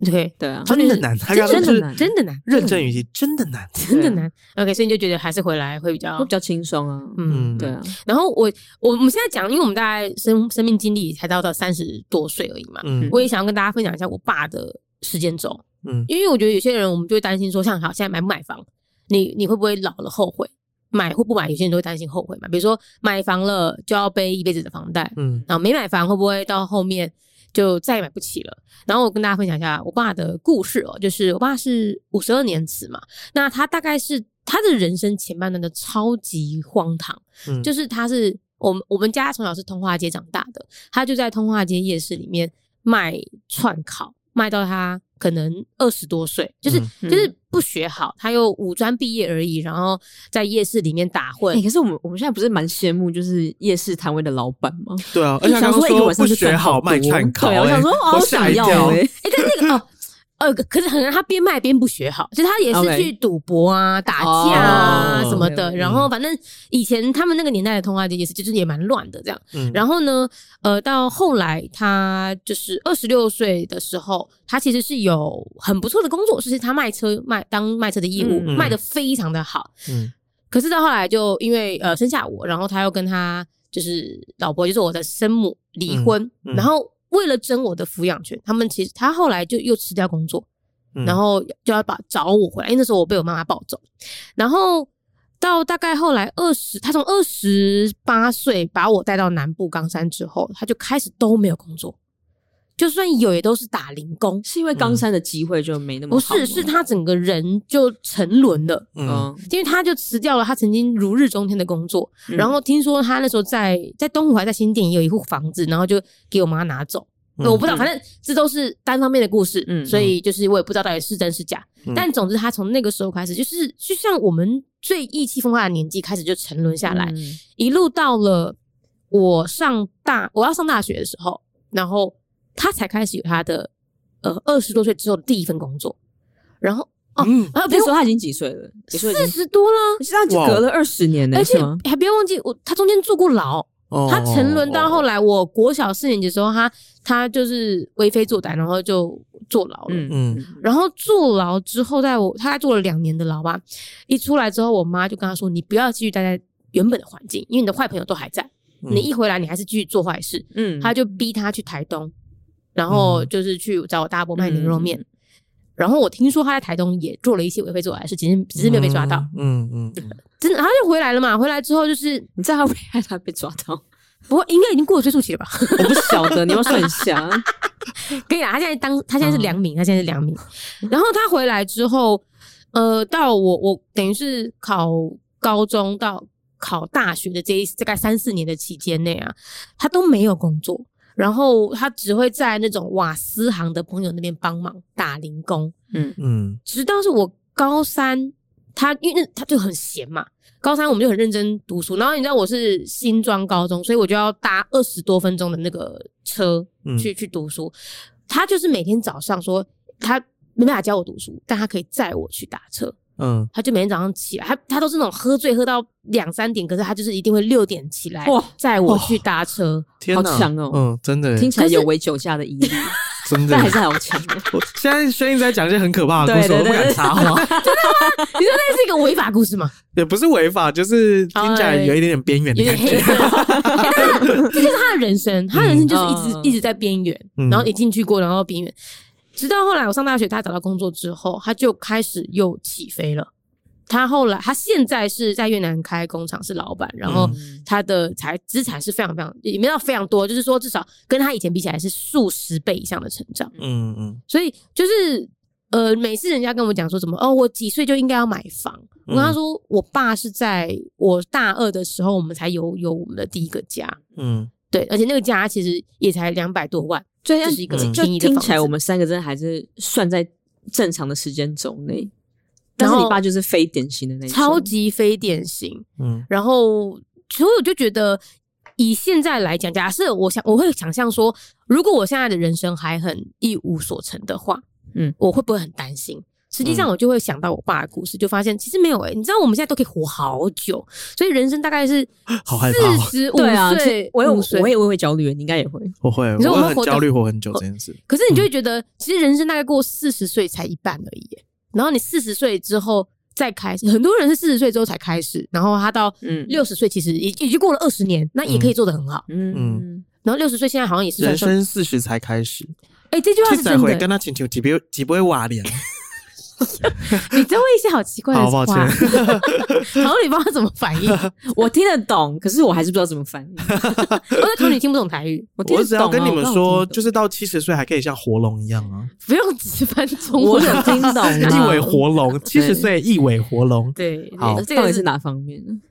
对，
对啊，
真的难，他刚刚
真
就
的
是
难，
真的难，
认真语气，真的难。
真的难，OK，所以你就觉得还是回来会比较
会比较轻松啊，
嗯，
嗯，
对啊，
然后我我我们现在讲，因为我们大概生生命经历才到到三十多岁而已嘛，
嗯
我也想要跟大家分享一下我爸的时间轴，
嗯
因为我觉得有些人我们就会担心说，像好现在买不买房，你你会不会老了后悔？买或不买，有些人都会担心后悔嘛。比如说买房了就要背一辈子的房贷，
嗯
然后没买房会不会到后面就再也买不起了？然后我跟大家分享一下我爸的故事哦，就是我爸是五十二年次嘛，那他大概是他的人生前半段都超级荒唐。
嗯，
就是他是我们我们家从小是通化街长大的，他就在通化街夜市里面卖串烤，卖到他可能二十多岁，就是、
嗯
就是不学好，他又五专毕业而已，然后在夜市里面打混
哎，。可是我们我们现在不是蛮羡慕就是夜市摊位的老板吗？
对啊，
就
而且
想
刚刚
说一个晚
不
上就
学
赚
好
好
卖
多
串烤，
对啊，我想说
欸
哦，
我
我
吓
想
一
要
跳，
哎，
哎、但那个哦。呃，可是可能他边卖边不学好，就是他也是
OK
去赌博啊、打架啊
哦
什么的。
对
然后反正以前他们那个年代的通化街夜市就是也蛮乱的这样。
嗯，
然后呢，呃，到后来他就是二十六岁的时候，他其实是有很不错的工作，就是他卖车卖当卖车的业务，
嗯
嗯
卖的非常的好。
嗯
可是到后来就因为呃生下我，然后他又跟他就是老婆，就是我的生母离婚，
嗯嗯
然后为了争我的抚养权，他们其实他后来就又辞掉工作，
嗯
然后就要把找我回来，因为那时候我被我妈妈抱走，然后到大概后来二十，他从二十八岁把我带到南部冈山之后，他就开始都没有工作，就算有也都是打零工，
是因为
嗯
冈山的机会就没那么
不
好吗
是，是他整个人就沉沦了。
哦
嗯，
因为他就辞掉了他曾经如日中天的工作，
嗯
然后听说他那时候在在东湖还在新店也有一户房子，然后就给我妈拿走。我不知道，
嗯
反正这都是单方面的故事，
嗯
所以就是我也不知道到底是真是假。
嗯
但总之，他从那个时候开始，就是就像我们最意气风发的年纪开始就沉沦下来，啊
嗯
一路到了我上大我要上大学的时候，然后他才开始有他的呃二十多岁之后的第一份工作，然后哦
嗯
啊，不
那
用
时候他已经几岁了？你说已
四
经，
十多啦，
可是他已经
哇哦
隔了二十年呢，
而且
是吗？
还不要忘记，我他中间坐过牢，
哦
他沉沦到后来，我国小四年级的时候，他他就是为非作歹，然后就坐牢了。
嗯
然后坐牢之后，在我他坐了两年的牢吧，一出来之后，我妈就跟他说：“你不要继续待在原本的环境，因为你的坏朋友都还在，
嗯
你一回来你还是继续做坏事。”
嗯
他就逼他去台东，然
嗯
后就是去找我大伯卖牛肉面。然后我听说他在台东也做了一些为非作歹的事情，只是没有被抓到。，
嗯嗯嗯
真的，他就回来了嘛。回来之后就是，
你在他危害他被抓 到，
不过应该已经过了追溯期了吧？
我不晓得，你要算一 下。
可以啦，他现在当他现在是良民，他现在是良民。然后他回来之后，呃，到我我等于是考高中到考大学的这一大概三四年的期间内啊，他都没有工作，然后他只会在那种瓦斯行的朋友那边帮忙打零工，
嗯
直到是我高三，他因为那他就很闲嘛。高三我们就很认真读书，然后你知道我是新庄高中，所以我就要搭二十多分钟的那个车
嗯
去、去读书。他就是每天早上说他没办法教我读书，但他可以载我去打车。
嗯，
他就每天早上起来，他他都是那种喝醉喝到两三点，可是他就是一定会六点起来
哇
载我去搭车。
天哪，
好强哦
嗯，真的耶，
听起来有违酒驾的疑虑，
真的
但还
耶
是。好强 哦。
我现在轩逸在讲一些很可怕的故事，
对对
我不
对
敢
对
插话，
你说那是一个违法故事吗？
也不是违法，就是听起来
哎
有一点点边缘
有
的
点黑
感觉。
色，这哎就是他的人生，他的人生就是一直、
嗯
一直在边缘，
嗯
然后一进去过，然后边缘，直到后来我上大学，他找到工作之后，他就开始又起飞了。他后来，他现在是在越南开工厂，是老板，然
嗯
嗯
后他的财资产是非常非常，也没有到非常多，就是说至少跟他以前比起来是数十倍以上的成长。
嗯嗯
所以就是呃，每次人家跟我讲说什么哦，我几岁就应该要买房，我跟他说，我爸是在我大二的时候，我们才有有我们的第一个家，
嗯，
对，而且那个家其实也才两百多万，
对啊
这是一个
嗯
很
就
便宜的
听
房
起来
子。
我们三个真的还是算在正常的时间轴内，但
然
是
后
你爸就是非典型的那一种
超级非典型，
嗯
然后所以我就觉得。以现在来讲，假设我想，我会想象说，如果我现在的人生还很一无所成的话，
嗯
嗯，我会不会很担心？实际上，
嗯
我就会想到我爸的故事，就发现其实没有欸诶、你知道我们现在都可以活好久，所以人生大概是
好害怕哦
四十五
对啊，
岁
是，我有
五岁
我也我也会焦虑，你应该也会。
我会，
你说我
我
们
很
活得
焦虑，活很久这件事。
可是你
嗯
就会觉得，其实人生大概过四十岁才一半而已耶。然后你四十岁之后再开始，很多人是四十岁之后才开始，然后他到
嗯
六十岁其实也也就过了二十年，那也可以做得很好。
嗯
嗯，
然后六十岁现在好像也是算
人
算，
生四十才开始，
哎、这句话
七
是
十
真
回跟
的。
他请求几杯几杯瓦脸，
你真会一些好奇怪的
好
话，
抱歉
然，后你不知道怎么反应。我
我听得懂，可是我还是不知道怎么 反应。
在考你听不懂台语，我
听
我
得
只要
懂
跟
啊
你
我
们
倒是
说，
听得
就是到七十岁还可以像活龙一样啊，
不用直翻中
我
文。
有听懂 啊，
一尾活龙，七十岁一尾活龙，
对，
好
这
到
个
底
是
是哪方面呢？
嗯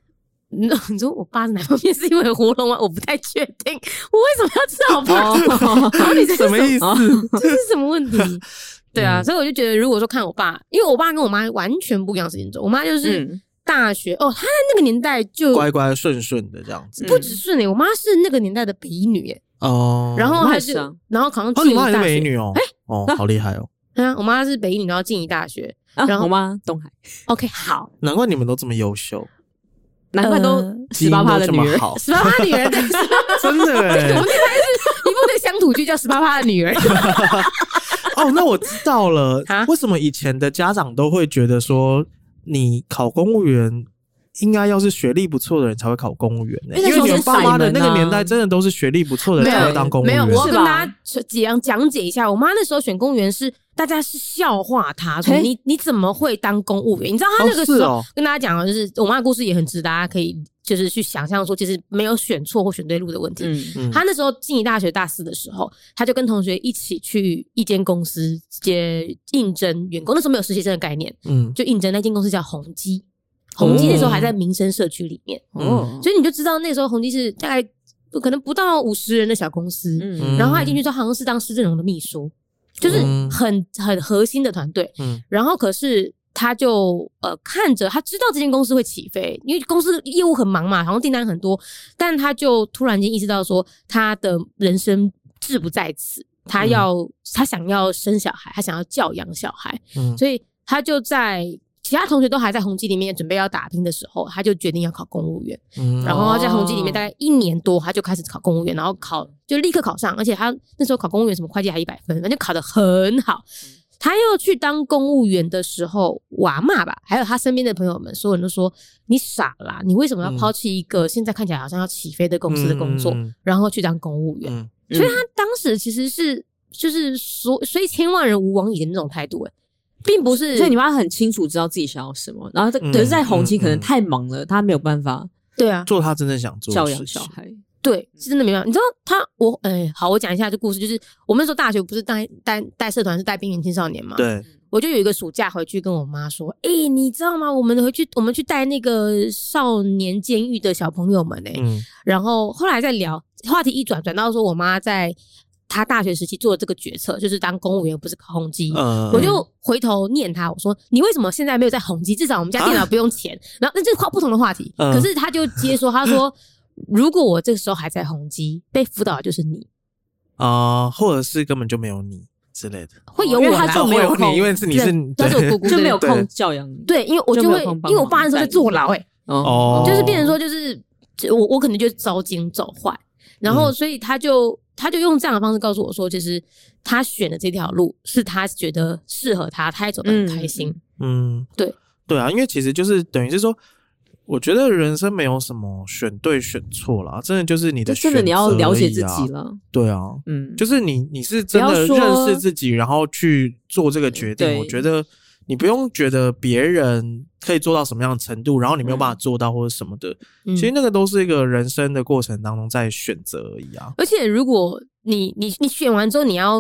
你说我爸是哪方面是因为喉咙吗？我不太确定。我为什么要知道我爸？
哦，
然后你这是
什么意思？
这是什么问题？ 对啊，
嗯
所以我就觉得，如果说看我爸，因为我爸跟我妈完全不一样的时间轴，我妈就是
嗯
大学、哦，她在那个年代就
乖乖顺顺的这样
嗯
子。
不只是你，我妈是那个年代的北一女耶，
哦，
然后
我妈
她
也
就是
啊
然后考上
哦，
静
你
宜
妈也是
大
美
学，
女哦，哦，好厉害哦，
对啊，我妈是北一女，然后静宜大学。
啊
然后
我妈东海，
OK，好，
难怪你们都这么优秀，
难怪都十
基因
八趴
都
的
这
女
么
儿，
好，
十八趴女 儿，对，十八
真的哎
我。们那还是一部那个乡土剧叫《十八趴的女儿》，
哦，那我知道了
啊，
为什么以前的家长都会觉得说，你考公务员应该要是学历不错的人才会考公务员呢、
因为
因为
那
你们
时候
爸妈的
先
那
甩门啊
个年代，真的都是学历不错的人
没有
才会当公务
没
员。
有，我要
是
跟
吧
大家讲讲解一下，我妈那时候选公务员是大家是笑话她，说
嘿
你你怎么会当公务员？你知道她那个时
是
候、
哦
跟大家讲，就是我妈的故事也很值得大家可以就是去想象说，其实没有选错或选对路的问题。
嗯，
嗯
她那时候进宜大学大四的时候，她就跟同学一起去一间公司直接应征员工。那时候没有实习生的概念，
嗯
就应征那间公司叫宏基。宏基那时候还在民生社区里面，嗯
哦，
所以你就知道那时候宏基是大概可能不到五十人的小公司。
嗯
然后他一进去之后，好像是当施正荣的秘书，就是
嗯
很很核心的团队。
嗯
然后可是他就呃看着他知道这间公司会起飞，因为公司业务很忙嘛，好像订单很多，但他就突然间意识到说他的人生志不在此，他
嗯
要、他想要生小孩，他想要教养小孩，
嗯
所以他就在其他同学都还在宏基里面准备要打拼的时候，他就决定要考公务员。
嗯
然后他在宏基里面
哦
大概一年多，他就开始考公务员，然后考就立刻考上，而且他那时候考公务员什么会计还一百分，反正考得很好。
嗯
他要去当公务员的时候，娃骂吧，还有他身边的朋友们，所有人都说你傻啦，你为什么要
嗯
抛弃一个现在看起来好像要起飞的公司的工作，
嗯
然后去当公务员？
嗯
所以他当时其实是就是所所以千万人吾往矣的那种态度、欸，并不是
所以你妈很清楚知道自己想要什么，然后她
嗯
可是，在红旗可
嗯嗯
能太忙了，她没有办法
对啊，
做他嗯真正想做
教
的
养
事
小
情。
孩。
对，是真的没办法。你知道他我哎、好，我讲一下这故事，就是我们那时候大学不是带带带社团是带边缘青少年嘛，，
对，
我就有一个暑假回去跟我妈说，哎、你知道吗？我们回去我们去带那个少年监狱的小朋友们呢、
嗯
然后后来再聊，话题一转转到说我妈在她大学时期做的这个决策，就是当公务员不是考红基。
呃，
我就回头念他，我说你为什么现在没有在宏基？至少我们家电脑不用钱。然后那这是话不同的话题，
嗯
可是他就接说，他说如果我这个时候还在宏基，被辅导的就是你，
啊，或者是根本就没有你之类的，
会有
因为
我
他
啦
就没
会
有
有你，
空
因为是你是
对他是我姑
对
姑
就没有
对
空教养你。嗯
对，因为我就
就没
会
有空，帮
因为我
忙
爸那时候在坐牢、欸，
哦
就是变成说就是就我我可能就遭奸走坏，然后
嗯
所以他就。他就用这样的方式告诉我说，就是他选的这条路是他觉得适合他，他也走得很开心。
嗯，
对
对啊，因为其实就是等于是说，我觉得人生没有什么选对选错啦，真的就是你的
就真的
选
你要
择
了解
而已
自
啊
己了。
对啊，
嗯，
就是你你是真的
不要
认
说
识自己，然后去做这个决定。
对
我觉得你不用觉得别人可以做到什么样的程度，然后你没有
嗯
办法做到或者什么的。
嗯
其实那个都是一个人生的过程当中在选择而已啊。
而且如果你你你选完之后，你要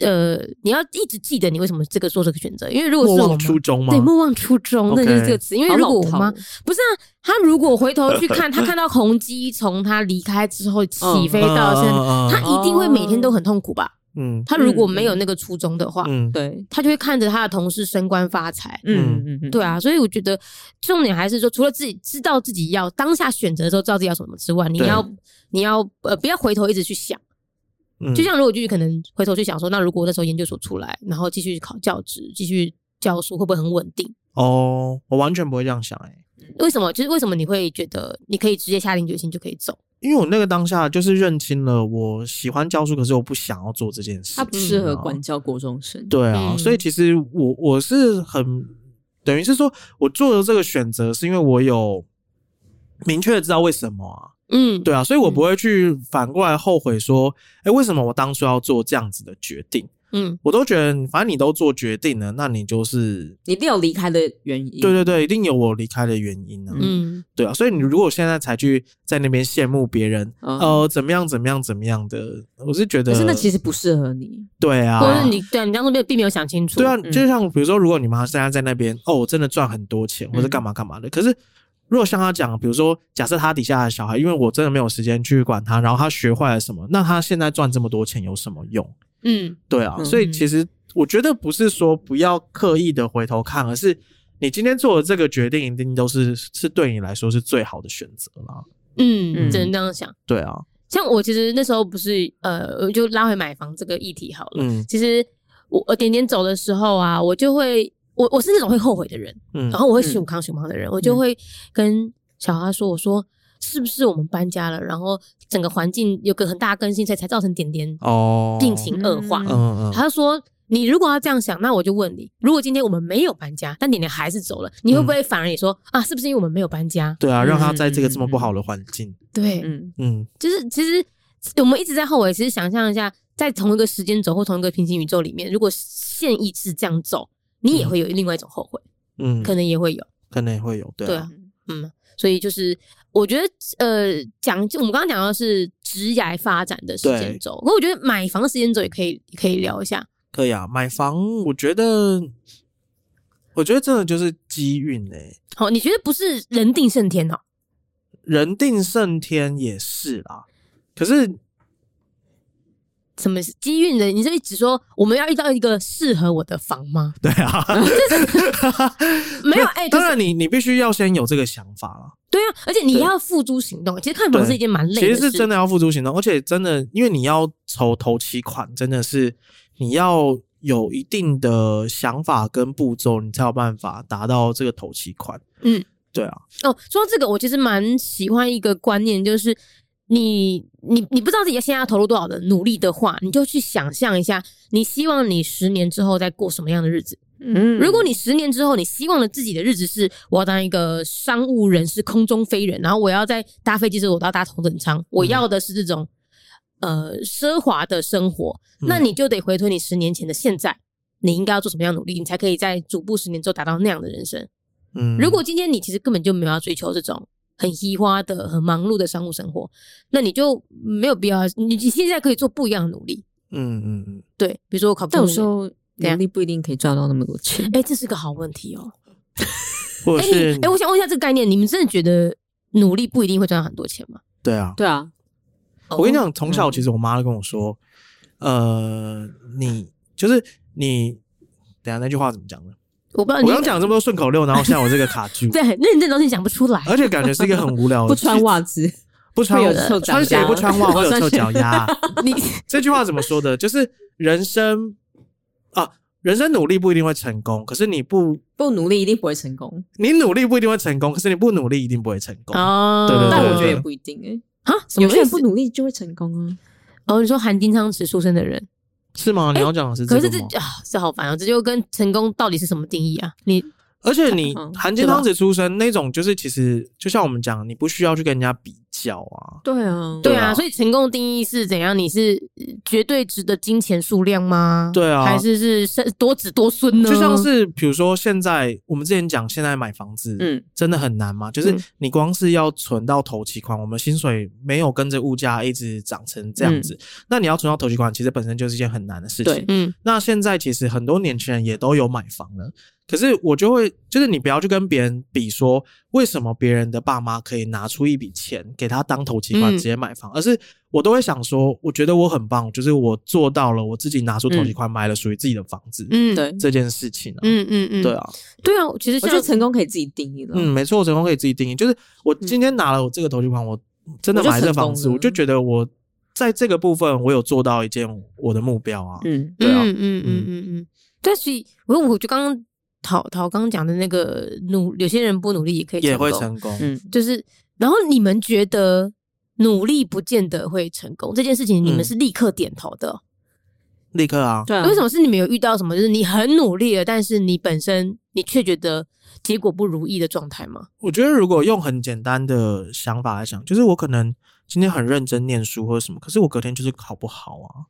呃，你要一直记得你为什么这个做这个选择，因为如果
莫
是我
忘
妈
初衷嘛
对，莫忘初衷，那
OK
就是这个词。因为
好
如
老
果我
套
妈不是啊，她如果回头去看，她看到宏基从她离开之后起飞到现在，
嗯
她一定会每天都很痛苦吧？
嗯
她如果没有那个初衷的话，
嗯
对，
她就会看着她的同事升官发财。
嗯
嗯嗯嗯，
对啊，所以我觉得重点还是说，除了自己知道自己要当下选择的时候知道自己要什么之外，你
对
要你要呃不要回头一直去想。
嗯，
就像如果就是可能回头去想说，那如果那时候研究所出来，然后继续考教职，继续教书，会不会很稳定？
哦，我完全不会这样想哎、
为什么？就是为什么你会觉得你可以直接下定决心就可以走？
因为我那个当下就是认清了，我喜欢教书，可是我不想要做这件事情啊。
他不适合管教国中生。
对啊，
嗯
所以其实我我是很等于是说我做的这个选择，是因为我有明确的知道为什么啊，
嗯，
对啊，所以我不会去反过来后悔说，哎、为什么我当初要做这样子的决定？
嗯，
我都觉得反正你都做决定了，那你就是
你一定有离开的原因。
对对对，一定有我离开的原因啊，
嗯
对啊，所以你如果现在才去在那边羡慕别人，
嗯
呃，怎么样怎么样怎么样的，我是觉得
可是那其
实
实不适合你。
对啊，
或者是你对啊你当初没有并没有想清楚，
对啊，
嗯
就像比如说，如果你妈现在在那边，哦，我真的赚很多钱，或者干嘛干嘛的，可是。如果像他讲，比如说，假设他底下的小孩，因为我真的没有时间去管他，然后他学坏了什么，那他现在赚这么多钱有什么用？
嗯
对啊，
嗯
所以其实我觉得不是说不要刻意的回头看，而是你今天做的这个决定，一定都是是对你来说是最好的选择啦。
嗯，
嗯
只能这样想。
对啊，
像我其实那时候不是呃，我就拉回买房这个议题好了。
嗯
其实我我点点走的时候啊，我就会我我是那种会后悔的人，
嗯
然，后我会
嗯
熊康熊康的人，我就会跟小花说：“我说是不是我们搬家了，然后整个环境有个很大的更新，所以才造成点点
哦，
病情恶化？”
嗯
嗯嗯
他就说：“你如果要这样想，那我就问你，如果今天我们没有搬家，但点点还是走了，你会不会反而也说、啊，是不是因为我们没有搬家？
对啊，
嗯
让他在这个这么不好的环境，
对，
嗯，
嗯
就是其实我们一直在后悔，其实想象一下，在同一个时间轴或同一个平行宇宙里面，如果现役是这样走，你也会有另外一种后悔，
嗯，
可能也会有。”
可能也会有，对
对
啊
啊，嗯，所以就是我觉得呃，讲就我们刚刚讲到是职涯发展的时间轴，可我觉得买房时间轴也可以也可以聊一下。
可以啊，买房，我觉得，我觉得真的就是机运哎，
好，你觉得不是人定胜天哦？
人定胜天也是啦。可是，
什么是机运的？你是只说我们要遇到一个适合我的房吗？
对啊，
没 有，哎、就
当
是
然你你必须要先有这个想法啦。
对啊，而且你
对
要付诸行动。其实看房是一件蛮累
其
的事，
实是真的要付诸行动，而且真的，因为你要筹头期款，真的是你要有一定的想法跟步骤，你才有办法达到这个头期款。
嗯，
对啊，
哦，说到这个，我其实蛮喜欢一个观念，就是你你你不知道自己现在要投入多少的努力的话，你就去想象一下，你希望你十年之后再过什么样的日子。
嗯
如果你十年之后，你希望的自己的日子是我要当一个商务人士、空中飞人，然后我要在搭飞机时候我都要搭头等舱，我要的是这种、呃奢华的生活，
嗯
那你就得回推你十年前的现在，你应该要做什么样的努力，你才可以在逐步十年之后达到那样的人生。
嗯，
如果今天你其实根本就没有要追求这种很稀花的、很忙碌的商务生活，那你就没有必要，你你现在可以做不一样的努力。
嗯嗯嗯，
对，比如说我考公
但有
务
时
员，
候
怎
努
样
力不一定可以赚到那么多钱。
哎、这是个好问题哦、
或者
哎、你
是
哎、我想问一下这个概念，你们真的觉得努力不一定会赚到很多钱吗？
对啊，
对啊，
哦
我跟你讲，从小其实我妈都跟我说，呃，你就是你，等一下那句话怎么讲呢？
我不知道
我
哦你
刚讲这么多顺口溜，然后现在我这个卡住，
对认真的东西讲不出来，
而且感觉是一个很无聊 的，
不穿，袜 子
不穿
会有臭脚
穿鞋
丫
不穿袜会有
我
臭
穿鞋
脚丫。
你
这句话怎么说的？就是人生啊，人生努力不一定会成功，可是你不，
不努力一定不会成功，
你努力不一定会成功，可是你不努力一定不会成功。
哦，
对对对
但我觉得也不一定哎。
啊，什
有
么
些
意
人不
思？
努力就会成功啊。
哦，你说含金汤匙出生的人，
是吗？你要讲的是这
可
个
是
吗？
这啊，这好烦哦，这就跟成功到底是什么定义啊？你
而且你
嗯
含金汤匙出生那种，就是其实就像我们讲，你不需要去跟人家比较啊。
对啊，
对
对
啊，
啊
所以成功的定义是怎样？你是呃绝对值的金钱数量吗？
对啊
还是是生多子多
嗯
孙呢？
就像是比如说，现在我们之前讲，现在买房子，
嗯，
真的很难吗？就是
嗯
你光是要存到头期款，我们薪水没有跟着物价一直涨成这样子，那你要存到头期款，其实本身就是一件很难的事情
嗯对。
嗯
那现在其实很多年轻人也都有买房了，可是我就会，就是你不要去跟别人比说，为什么别人的爸妈可以拿出一笔钱给他当头期款
嗯
直接买房，而是我都会想说，我觉得我很棒，就是我做到了，我自己拿出头期款买了属于自己的房子、
嗯
对，
这件事情啊。
嗯嗯嗯，
对啊，
对啊，其实
我
像
觉得成功可以自己定义了。
嗯，没错，成功可以自己定义。就是我今天拿了我这个头期款，我真的
我就
买这
成功
房子，
了
我就觉得我在这个部分我有做到一件我的目标啊。
嗯，
对啊
嗯嗯嗯
嗯
嗯嗯。对，所以我我就刚刚陶陶刚刚讲的那个努，有些人不努力也可以
也会
成功，
成功，
嗯
就是然后你们觉得努力不见得会成功这件事情，你们
嗯
是立刻点头的哦、
立刻啊，
对啊，
为什么是你们有遇到什么？就是你很努力了，但是你本身你却觉得结果不如意的状态吗？
我觉得如果用很简单的想法来想，就是我可能今天很认真念书或者什么，可是我隔天就是考不好啊，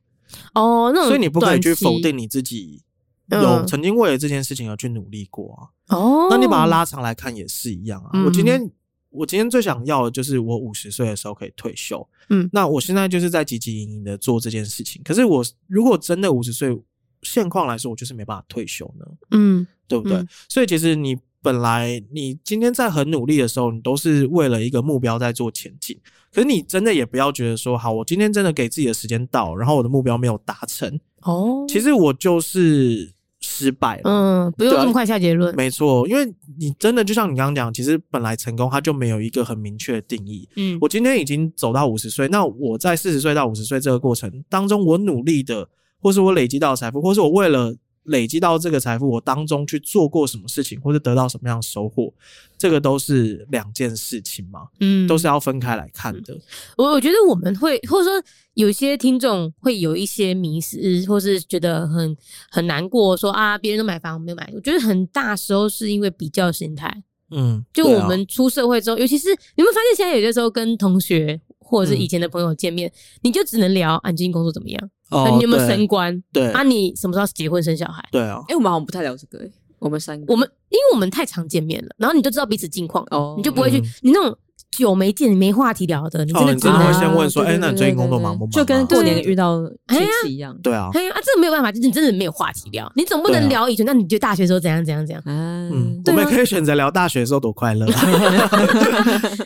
哦，那种
所以你不可以去
短期
否定你自己有
嗯
曾经为了这件事情而去努力过啊。
哦。
那你把它拉长来看也是一样啊。
嗯
我今天我今天最想要的就是我五十岁的时候可以退休，
嗯
那我现在就是在汲汲营营的做这件事情。可是我如果真的五十岁现况来说，我就是没办法退休呢。
嗯
对不对？
嗯
所以其实你本来你今天在很努力的时候，你都是为了一个目标在做前进。可是你真的也不要觉得说，好，我今天真的给自己的时间到，然后我的目标没有达成，
哦，
其实我就是失败了。
嗯，不用
对啊
这么快下结论。
没错，因为你真的就像你刚刚讲，其实本来成功它就没有一个很明确的定义。
嗯
我今天已经走到五十岁，那我在四十岁到五十岁这个过程当中，我努力的，或是我累积到的财富，或是我为了累积到这个财富，我当中去做过什么事情，或是得到什么样的收获，这个都是两件事情嘛，
嗯
都是要分开来看的。
我我觉得我们会，或者说有些听众会有一些迷失，或是觉得很很难过，说啊，别人都买房，我没有买。我觉得很大时候是因为比较心态。
嗯，
就
对啊
我们出社会之后，尤其是你们发现现在有些时候跟同学或者是
嗯
以前的朋友见面，你就只能聊啊，你最近工作怎么样？
哦
啊，你有没有
对
升官？
对
啊，你什么时候结婚生小孩？
对啊，
哎，我们好像不太聊这个哎，我们三个，
我们因为我们太常见面了，然后你就知道彼此近况，
哦，
你就不会去、
嗯
你那种久没见、你没话题聊的，你真
哦，
的
你
只
真
能
的会
啊
先问说，
对
哎，
对
那你
对
最近
对
工作
对
忙不忙啊？
就跟过年
对
遇到亲戚一样
对啊，
哎呀，啊，这个没有办法，就是你真的没有话题聊，你总不
对
能
啊
聊以前，那你就大学时候怎样怎样怎样，
啊。
嗯，我
对啊
们可以选择聊大学的时候多快乐啊。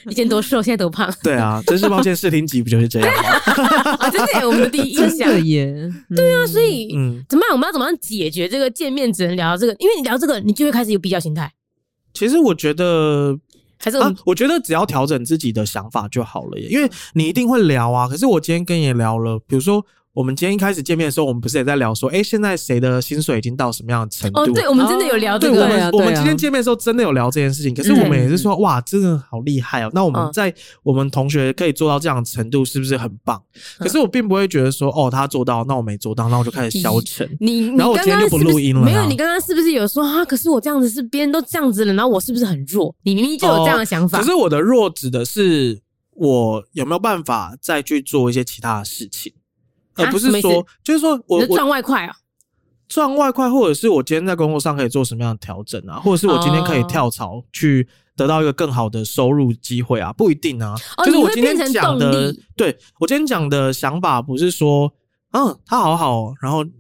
以前多瘦，现在多胖，
对啊，真是抱歉，试听集不就是这样吗？
啊，这是哎我们的第一印
真
象
的。耶，对啊，
所以、
嗯，
怎么办？我们要怎么样解决这个见面只能聊这个？因为你聊这个，你就会开始有比较心态，
其实我觉得
还是我
啊
们、，
我觉得只要调整自己的想法就好了耶，因为你一定会聊啊。可是我今天跟你聊了，比如说我们今天一开始见面的时候，我们不是也在聊说，哎、现在谁的薪水已经到什么样的程度？
哦，对，我们真的有聊这
对
个，
我们、
对啊
我们
对啊
今天见面的时候真的有聊这件事情，可是
嗯
我们也是说，哇，真的好厉害哦！那我们
嗯
在我们同学可以做到这样的程度，是不是很棒？可是我并不会觉得说，哦，他做到，那我没做到，那我就开始消沉。
你你
然后我
刚
今天
刚
就不
是不
录
是
音了啊
没有，
啦
你刚刚是不是有说啊？可是我这样子是别人都这样子了，然后我是不是很弱？你明明就有这样的想法。
哦可是我的弱指的是我有没有办法再去做一些其他的事情，而
啊
不
什
是
么意思
说，就是说我
你是
我
赚外快啊！
赚外快，或者是我今天在工作上可以做什么样的调整啊，或者是我今天可以跳槽去得到一个更好的收入机会啊，不一定啊。
哦
就是
你
我
会
今天
变成
讲
动
的
力，
对我今天讲的想法不是说，嗯，他好好、哦，然后然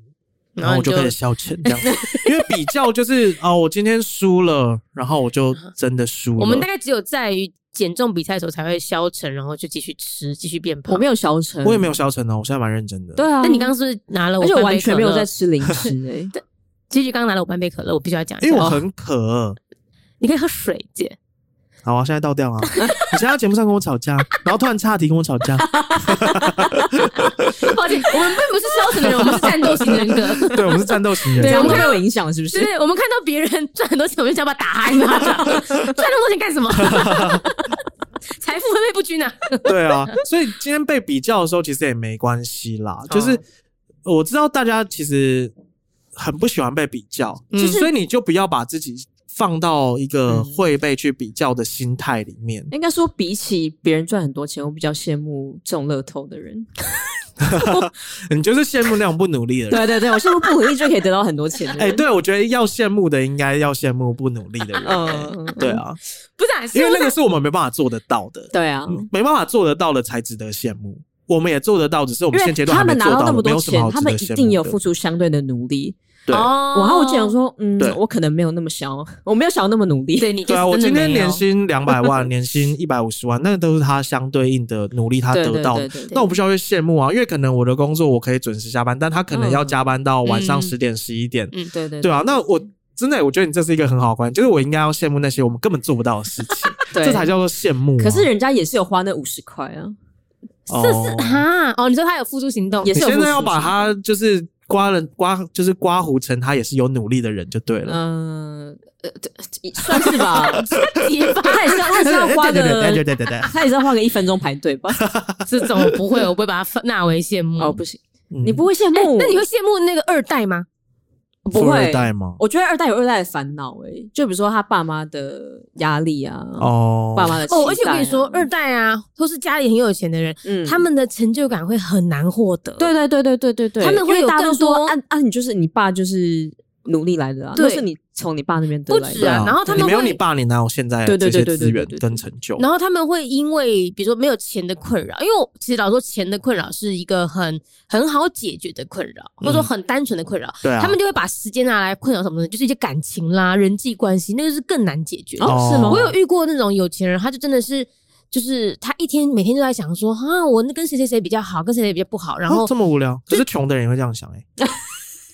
然后
后
你
我就
就
开始消沉 这样子，因为比较就是啊、我今天输了，然后我就真的输了。
嗯我们大概只有在于减重比赛的时候才会消沉，然后就继续吃，继续变胖。
我没有消沉，
我也没有消沉哦，我现在蛮认真的。
嗯对啊，
但你刚刚是不是拿嗯了我，
而且我完全没有在。吃零 食哎、
继续刚刚拿了我半杯可乐，我必须要讲一
因为我
下。
很渴。
你可以喝水，姐。
好啊，现在倒掉啊！你现在节目上跟我吵架，然后突然岔题跟我吵架，
抱歉，我们并不是消沉的人，我们是战斗型人 格。
对我们是战斗型人。
对
对
啊，
我
我
们
们
看
被我影响了是不？
就是是我们看到别人赚很多钱，我们就想把他打他一巴掌。赚那么多钱干 什么？财富分配不均啊！
对啊，所以今天被比较的时候，其实也没关系啦。就是我知道大家其实很不喜欢被比较，
就是
所以你就不要把自己放到一个会被去比较的心态里面。
应该说，比起别人赚很多钱，我比较羡慕中乐透的人。
你就是羡慕那种不努力的人。
对对对，我羡慕不努力就可以得到很多钱的
哎、
人。
对，我觉得要羡慕的应该要羡慕不努力的人。
嗯，
对啊，
不是、啊，是
因为那个是嗯我们没办法做得到的，
对啊，
没办法做得到的才值得羡慕。我们也做得到，只是我们
因为
现阶段
他
还没
们拿
做
到那
我
么
没
多
有什么
钱，
好
他
值
们
得
一
羡
定
慕
有
的
付出相对的努力。
对
哦
然后我讲，说，嗯
对，
我可能没有那么想要，我没有想要那么努力。
对你就是
对啊，我
真
今
的
天
没有
年 薪两百万，年薪一百五十万，那都是他相对应的努力，他
对
得
对
到的
对。对对
那我不需要去羡慕啊，因为可能我的工作我可以准时下班，但他可能要加班到晚上
嗯
十点十一点，
嗯
对对
对啊，那我真的我觉得你这是一个很好的观点，就是我应该要羡慕那些我们根本做不到的事情，
对
这才叫做羡慕啊。
可是人家也是有花那五十块啊，
哦
这是哈哦，你说他有付诸行动，
也
你
是有
现
付
在要
出
把
行
他就是刮了刮，就是刮胡成他也是有努力的人就对了。
嗯，呃，对算是吧。
结巴
他也是要他也是要花
哎对对
个，
对对对，
他也是要花个一分钟排队吧？
这种不会，我不会把它纳为羡慕。
哦，不行，
你
你不会羡
哎
慕？
那你会羡慕那个二代吗？
不
二
会？
代吗？
我觉得二代有二代的烦恼诶，就比如说他爸妈的压力啊，
哦，
爸妈的期待啊
哦，而且我跟你说，二代啊，都是家里很有钱的人，
嗯
他们的成就感会很难获得。
对对对对对对对，
他们会有
因为大家都说
更多
按啊按你就是你爸就是努力来的啊，
对
都是你从你爸那边得
不
来
止
的
啊
啊。
然后他们
你没有
会
你爸，你哪有现在
对对
这些
对对
资
对
源
对对
跟成就？
然后他们会因为比如说没有钱的困扰，因为我其实老实说钱的困扰是一个很很好解决的困扰，或者说很单纯的困扰。
嗯对啊
他们就会把时间拿来困扰什么呢？就是一些感情啦、人际关系，那个是更难解决的。
哦是吗
我有遇过那种有钱人，他就真的是。就是他一天每天都在想说啊，我那跟谁谁谁比较好，跟谁谁比较不好。然后
啊这么无聊，可是穷的人也会这样想哎、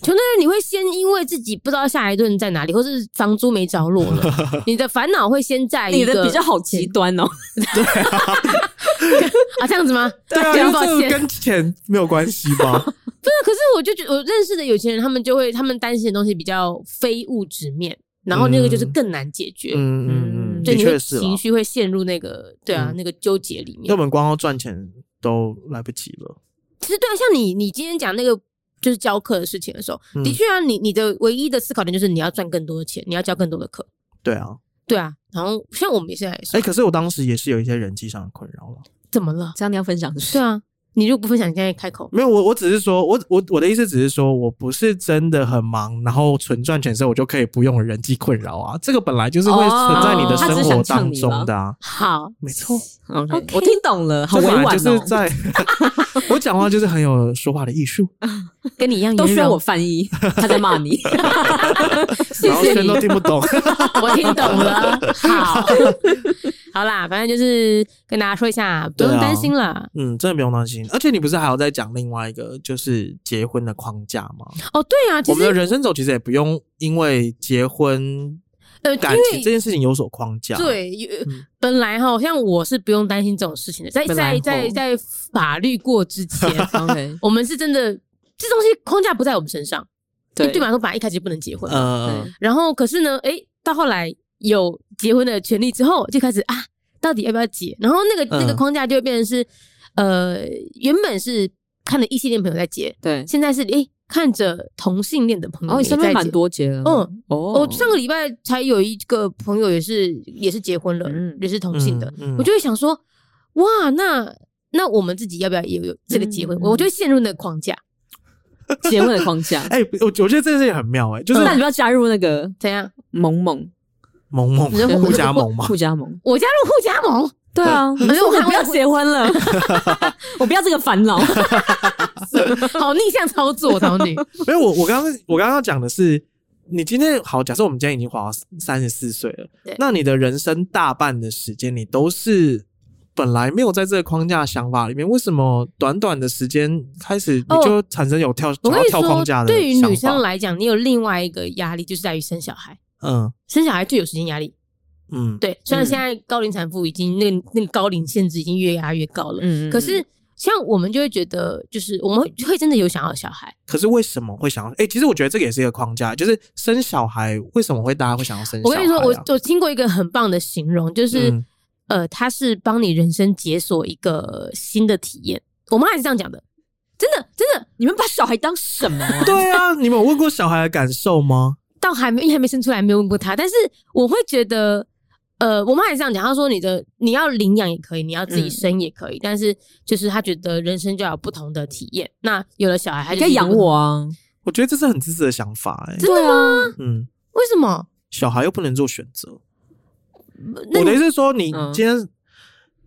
穷的人，你会先因为自己不知道下一顿在哪里，或是房租没着落 了，你的烦恼会先在一
你
个
的比较好极端哦，
啊这样子吗？
对啊，
真
因为
抱
这个
歉
跟钱没有关系 吧？
那可是我就觉得，我认识的有钱人，他们就会他们担心的东西比较非物质面，然后那个就是更难解决，
嗯嗯嗯，
就
的
你
确
会
是啦
情。绪会陷入那个对啊、
嗯
那个纠结里面
要。不然光要赚钱都来不及了。
其实对啊，像你你今天讲那个就是教课的事情的时候，
嗯
的确啊，你你的唯一的思考点就是你要赚更多的钱，你要教更多的课，
对啊，
对啊。然后像我们现在也是，
哎、可是我当时也是有一些人际上的困扰了。
怎么了？
这样你要分享是不是
对？啊，你如果不分享，你现在开 口，
没有，我我只是说，我我我的意思只是说，我不是真的很忙，然后纯赚钱的时候，我就可以不用人际困扰啊。这个本来就是会存在你的
哦他只是
生活
想呛
当
你
中
吧
的啊。
好，
没错，
OK，
OK
我听懂了，好
这
委
本来
婉哦，
就是在 我讲话就是很有说话的艺术，
跟你一样
都
圆
需要
融
我翻译，他在骂你。
然后
谢
全
你
都听不懂。
我听懂 了，好，好啦，反正就是跟大家说一下，不
对
用
啊
担心啦。
嗯，真的不用担心。而且你不是还要再讲另外一个，就是结婚的框架吗？
哦，对啊，其
我们的
实
人生走其实也不用因为结婚
呃，因
感情
为
这件事情有所框架。，
对，有
嗯
本来哈，像我是不用担心这种事情的，在
本来
在
吼
在在法律过之 前，
OK，
我们是真的这东西框架不在我们身上，因为
对
对吧？说本来一开始就不能结婚嘛，
呃
对，
然后可是呢，诶，到后来有结婚的权利之后，就开始啊，到底要不要结？然后那个
嗯
那个框架就会变成是，呃，原本是看了异性恋朋友在结，
对，
现在是诶，看着同性恋的朋
然
友
后
也
哦你
在
身
结，
边蛮多节的，
嗯，
哦
我上个礼拜才有一个朋友也是也是结婚了，
嗯
也是同性的，
嗯嗯，
我就会想说，哇，那那我们自己要不要也有这个结婚？
嗯
我就会陷入那个框架，
结婚的框架
哎，我我觉得这件事情很妙哎， 就是
那你不要加入那个
怎样？
萌萌
萌萌
你说
互加盟嘛，
互加盟，
我加入互加盟，
对啊，你
可是
说
我
我
看
不要结婚了， 我不要这个烦恼，
好逆向操作，桃女，
没有，我我刚刚我刚刚讲的是，你今天好，假设我们今天已经活到三十四岁了
对，
那你的人生大半的时间，你都是本来没有在这个框架想法里面，为什么短短的时间开始
哦
你就产生有跳、
我
想
跟
要
你
跳框
说，
架的
对于女
想
生
法
来讲，你有另外一个压力，就是在于生小孩。
嗯
生小孩最有时间压力，
嗯，
对。虽然
嗯
现在高龄产妇已经那个那个高龄限制已经越压越高了，
嗯
可是像我们就会觉得，就是我们会会真的有想要小孩。
可是为什么会想要？哎、其实我觉得这个也是一个框架，就是生小孩为什么会大家会想要生小
我
孩、啊？
跟你说，我我听过一个很棒的形容，就是、
嗯
呃，它是帮你人生解锁一个新的体验。我妈还是这样讲的，真的真的，
你们把小孩当什么啊？
对啊，你们有问过小孩的感受吗？
到还没因为还没生出来，没有问过他，但是我会觉得，呃，我妈也这样讲，她说你的你要领养也可以，你要自己
嗯
生也可以，但是就是她觉得人生就要有不同的体验。那有了小孩，她
你
就
可以养我，啊，
我觉得这是很自私的想法、欸，哎，
真的吗？
嗯，
为什么？
小孩又不能做选择。
那
我的意
你
思是说，你
嗯
今天、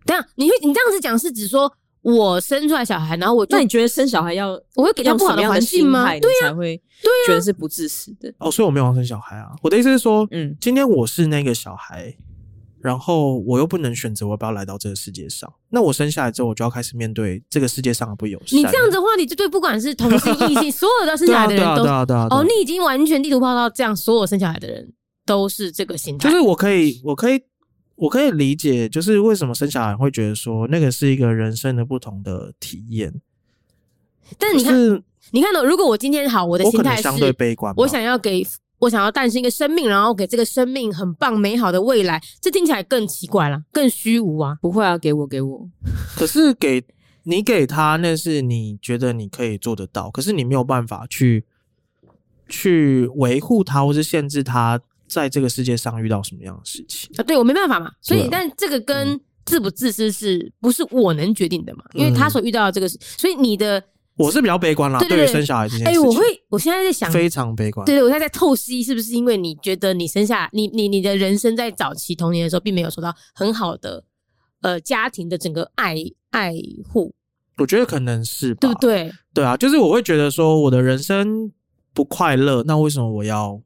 等一下你会你这样子讲是指说我生出来小孩，然后我就
那你觉得生小孩要
我会给他
用
不
什
好
么样
环境
心
吗？
态，你
对，
才会觉得是不自私的？
哦，所以我没有要生小孩啊。我的意思是说，
嗯，
今天我是那个小孩，然后我又不能选择我要不要来到这个世界上。那我生下来之后，我就要开始面对这个世界上的不友善。
你这样子的话，你就对不管是同性异性，所有的生
对
小孩
啊，
的
对
人
啊，
都
对啊，对啊。对啊
哦，你已经完全地图炮到这样，所有生小孩的人都是这个心态，
就是我可以，我可以，我可以理解，就是为什么生小孩会觉得说那个是一个人生的不同的体验。
但是你
就
看，
是
你看到、如果我今天好，我的
我
心
可能
态是
相，对悲观吧，
我想要给我想要诞生一个生命，然后给这个生命很棒美好的未来，这听起来更奇怪了，更虚无啊。
不会啊，给我给我，
可是给你给他，那是你觉得你可以做得到，可是你没有办法去去维护他，或是限制他在这个世界上遇到什么样的事情。
啊，对我没办法嘛，所以、
对啊
但这个跟自不自私是不是我能决定的嘛？因为他
嗯
所遇到的这个是，所以你的
我是比较悲观啦，
对对
于
对
生小孩这件事
哎、
情，
我会，我现在在想，
非常悲观。
对对，我现在在透析，是不是因为你觉得你生下你你你的人生在早期童年的时候，并没有受到很好的呃家庭的整个爱爱护，
我觉得可能是吧，
对不？对？
对啊，就是我会觉得说我的人生不快乐，那为什么我要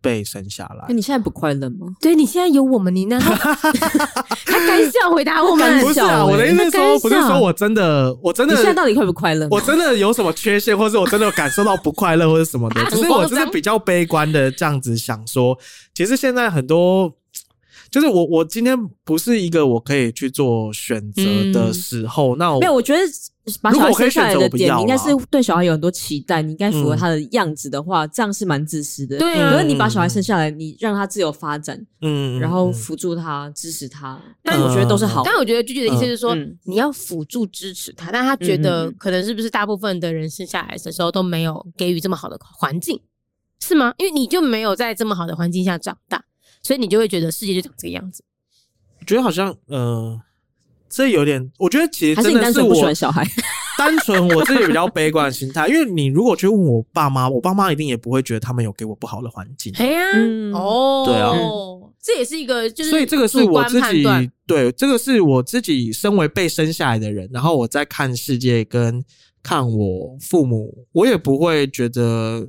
被生下来
那？你现在不快乐吗？
对你现在有我们，你 呢？他 敢笑回答我们
很？
不是啊，
小
我的意思是
那该
说，不是
笑
说我真的，我真
你
的
现在到底快不快乐？
我真的有什么缺陷，或是我真的有感受到不快乐，或者什么的
啊，
只是我就是比较悲观的这样子想说，其实现在很多，就是我我今天不是一个我可以去做选择的时候，那我
嗯没有，我觉得把小
哦如果
孩
我可
生
以
下来
选择我
的
不
点，
要
你应该
啦
是对小孩有很多期待，你应该符合
嗯
他的样子的话，这样是蛮自私的。
对啊
可是你把小孩生下来，你让他自由发展，
嗯，
然后
嗯
辅助他、支持他，
但
我觉得都是好的
但。我觉得句句的意思是说，
嗯
你要辅助支持他，但他觉
嗯
得
嗯嗯
可能是不是大部分的人生下来的时候都没有给予这么好的环境，是吗？因为你就没有在这么好的环境下长大，所以你就会觉得世界就长这个样子。
我觉得好像呃，这有点，我觉得其实
还是
真
你
的
单
是
纯不喜
我
欢小孩？
单纯我自己比较悲观的心态，因为你如果去问我爸妈，我爸妈一定也不会觉得他们有给我不好的环境，
哎呀、
嗯
哦，
对啊
嗯，这也是一个就是，
所以这个是
主
我
观
自
判
己
断。
对，这个是我自己身为被生下来的人，然后我在看世界跟看我父母，我也不会觉得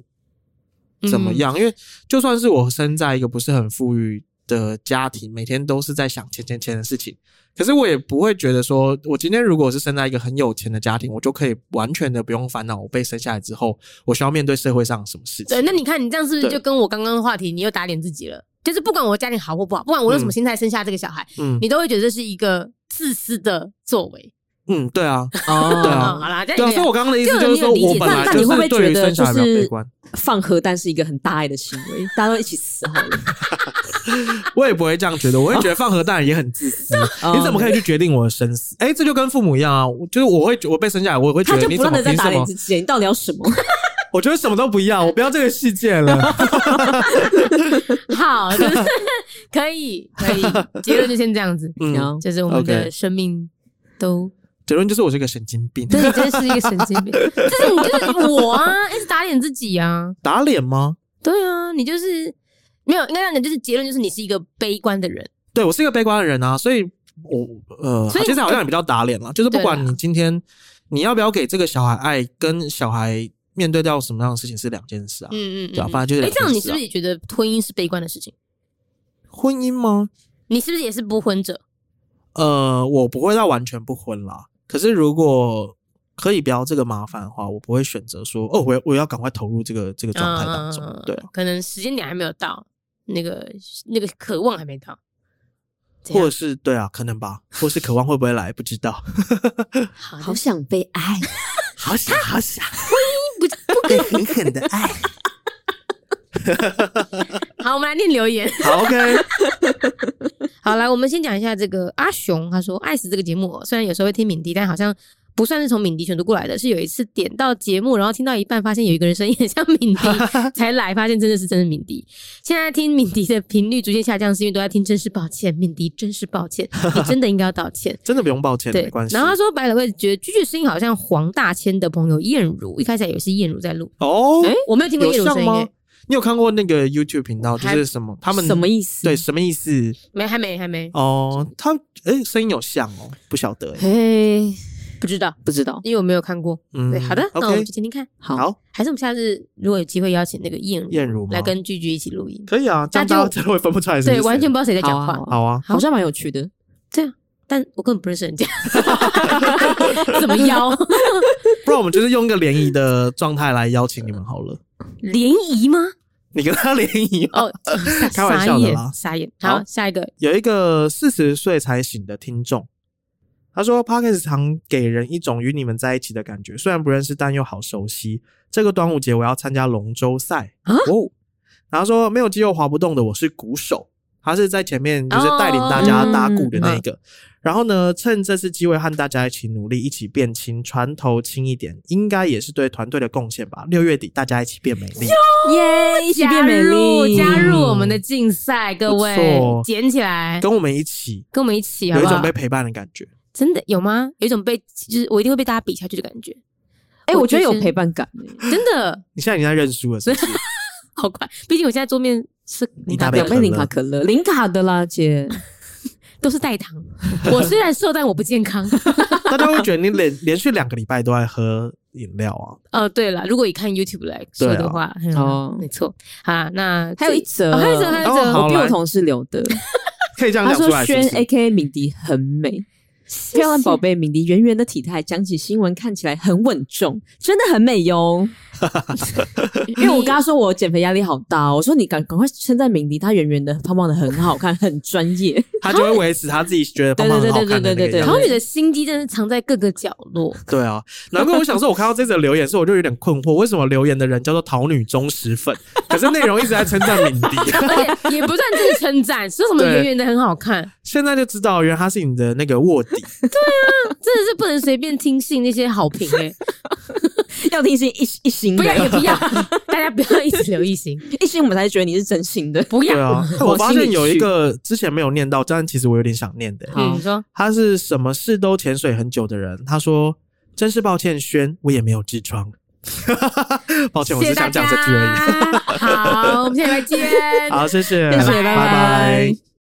怎
嗯
么样，因为就算是我生在一个不是很富裕的家庭，每天都是在想钱钱钱的事情，可是我也不会觉得说，我今天如果是生在一个很有钱的家庭，我就可以完全的不用烦恼我被生下来之后，我需要面对社会上什么事情。
对，那你看你这样是不是
对
就跟我刚刚的话题，你又打脸自己了？就是不管我家庭好或不好，不管我用什么心态生下这个小孩，
嗯
你都会觉得这是一个自私的作为。
嗯，对 啊，
哦
对啊
嗯，好啦，这
对啊，所以我刚刚的意思就是
这
说，
个你有理
我
解
本来
那
就
那你
会不
是
会
对于
觉得
生小孩比
就
较
是
悲观，
放核弹是一个很大爱的行为，大家都一起死好了。
我也不会这样觉得，我会觉得放核弹也很自私。你怎么可以去决定我的生死？哎，这就跟父母一样啊，我就是我会我被生下来，我会觉
他
得
就
你
不
怎
断
么
的在
凭
打
什
脸
么
自？己，你到底要什么？
我觉得什么都不要，我不要这个世界了。
好，就是 可以可 以，结论就先这样子，
嗯，
嗯
就是我们
OK
的生命都。
结论就是我是个神经病，
对，你真的是一个神经病， 就是你就是我啊，一直打脸自己啊，
打脸吗？
对啊，你就是没有应该让你就是结论就是你是一个悲观的人，
对我是一个悲观的人啊，所以我呃，
所以
其实好像也比较打脸了，就是不管
对
你今天你要不要给这个小孩爱，跟小孩面对掉什么样的事情是两件事啊。
嗯嗯
对啊反正就是
哎、
两
这样你
件
是
事啊
不是也觉得婚姻是悲观的事情？
婚姻吗？
你是不是也是不婚者？
呃，我不会到完全不婚啦，可是如果可以不要这个麻烦的话，我不会选择说哦，我要我要赶快投入这个这个状态当中。
嗯
对啊，
可能时间点还没有到，那个那个渴望还没到，这
或
样
者是对啊，可能吧，或是渴望会不会来，不 知道。
好
好
像
想被爱，
好想好想，婚姻不不狠狠的爱。
哎 好，我们来念留 言。
好，OK，
好，来，我们先讲一下这个阿雄，他说《爱死》这个节目哦，虽然有时候会听敏迪，但好像不算是从敏迪选读过来的，是有一次点到节目，然后听到一半，发现有一个人声音 很像敏迪， 才来发现真的是真的敏迪。现在听敏迪的频率逐渐下降，是因为都在听《真是抱歉》，敏迪真是抱 歉，你真的应该要道歉。
真的不用抱歉，没
对
关，系。
然后他说白了，我也觉得居居的声音好像黄大千的朋友燕如，一开始以为是燕如在录，
哦，
哎、我没有听过
有
燕如
像
声音、
吗
欸，？
你有看过那个 YouTube 频道，就
还
是什么他们
什么意思？
对什么意思？
没，还没，还没，
哦，他哎声音有像哦，不晓得哎。
嘿，
不知道，
不知道。
因为我没有看过。
嗯
对，好的，那我
，OK，
们就听听看。
好，
好，
还是我们下次如果有机会邀请那个燕如
燕如吗
来跟居居一起录音，
可以啊，这
那
样
就
大家才会分不出来是不
对，
是
完全不知道谁在讲
好
话
啊，
好啊。
好像蛮有趣的。
但我根本不认识人家， 怎么邀
不然我们就是用一个联谊的状态来邀请你们好了。
联谊吗？
你跟他联谊啊
哦， 傻
开玩
傻
笑的
眼
啦，
傻眼。
好
好，下一个
有一个四十岁才醒的听众，他说 p o d c a s t 常给人一种与你们在一起的感觉，虽然不认识，但又好熟悉。这个端午节我要参加龙舟赛
啊
哦，然后说没有肌肉滑不动的我是鼓手，他是在前面就是带领大家
哦
打鼓的那一
嗯
个。然后呢，趁这次机会和大家一起努力，一起变轻，船头轻一点，应该也是对团队的贡献吧。六月底大家一起变美丽，
耶，一起变美丽，
加入加入我们的竞赛，各
不
位
错
捡起来，
跟我们一起，
跟我们一起好
有一
不
种
好
被？陪伴的感觉。
真的有吗？有一种被就是我一定会被大家比下去的感觉，
哎，我觉得有
就是
陪伴感欸，
真的
你现在已经在认输了，是 不是？
好快。毕竟我现在桌面是
你打
表
杯
啊两杯零卡可乐，零卡的啦，姐。
都是代 糖，我虽然瘦，但我不健康。
大家会觉得你连连续两个礼拜都在喝饮料 啊？
哦，对了，如果以看 YouTube 来说
对
的
啊
话，嗯
哦
没错啊。那
还有
这
一则，
哦还有一则，还有一
哦好
则，
我逼
来
我同事留的。
可以这样
他
讲
说
出来是不
轩
是
A K 敏迪很美，漂亮 宝贝敏迪圆圆的体态，讲起新闻看起来很稳重，真的很美哟。因为我跟他说我减肥压力好大哦，我说你赶赶快称赞敏迪，她圆圆的、胖胖的很好看，很专业。
他就会维持他自己觉得棒棒很好看的那
对对
个
对对对对 对
样子
好女的心机真的藏在各个角落。
对啊，难怪我想说，我看到这则留言的时候，我就有点困惑，为什么留言的人叫做“桃女忠实粉”，可是内容一直在称赞敏迪。啊
而且也不算真的称赞，说什么
对
圆圆的很好看，
现在就知道，原来他是你的那个卧底。
真的是不能随便听信那些好 评哎、
要听心一一心
不
的，
要也不要， 大家不要一直留一 心，
一心，我们才觉得你是真心的。
不
对
要。
啊，
往
我发
心里
现有一
去
个之前没有念到，但其实我有点想念的、欸
好
嗯，你说
他是什么事都潜水很久的人，他说：“真是抱歉，轩，我也没有痔疮。” 抱歉，我
谢谢
只
大
想
家
讲这句而已。，
好，我们下礼拜见。
好，谢谢，
谢谢拜
拜
拜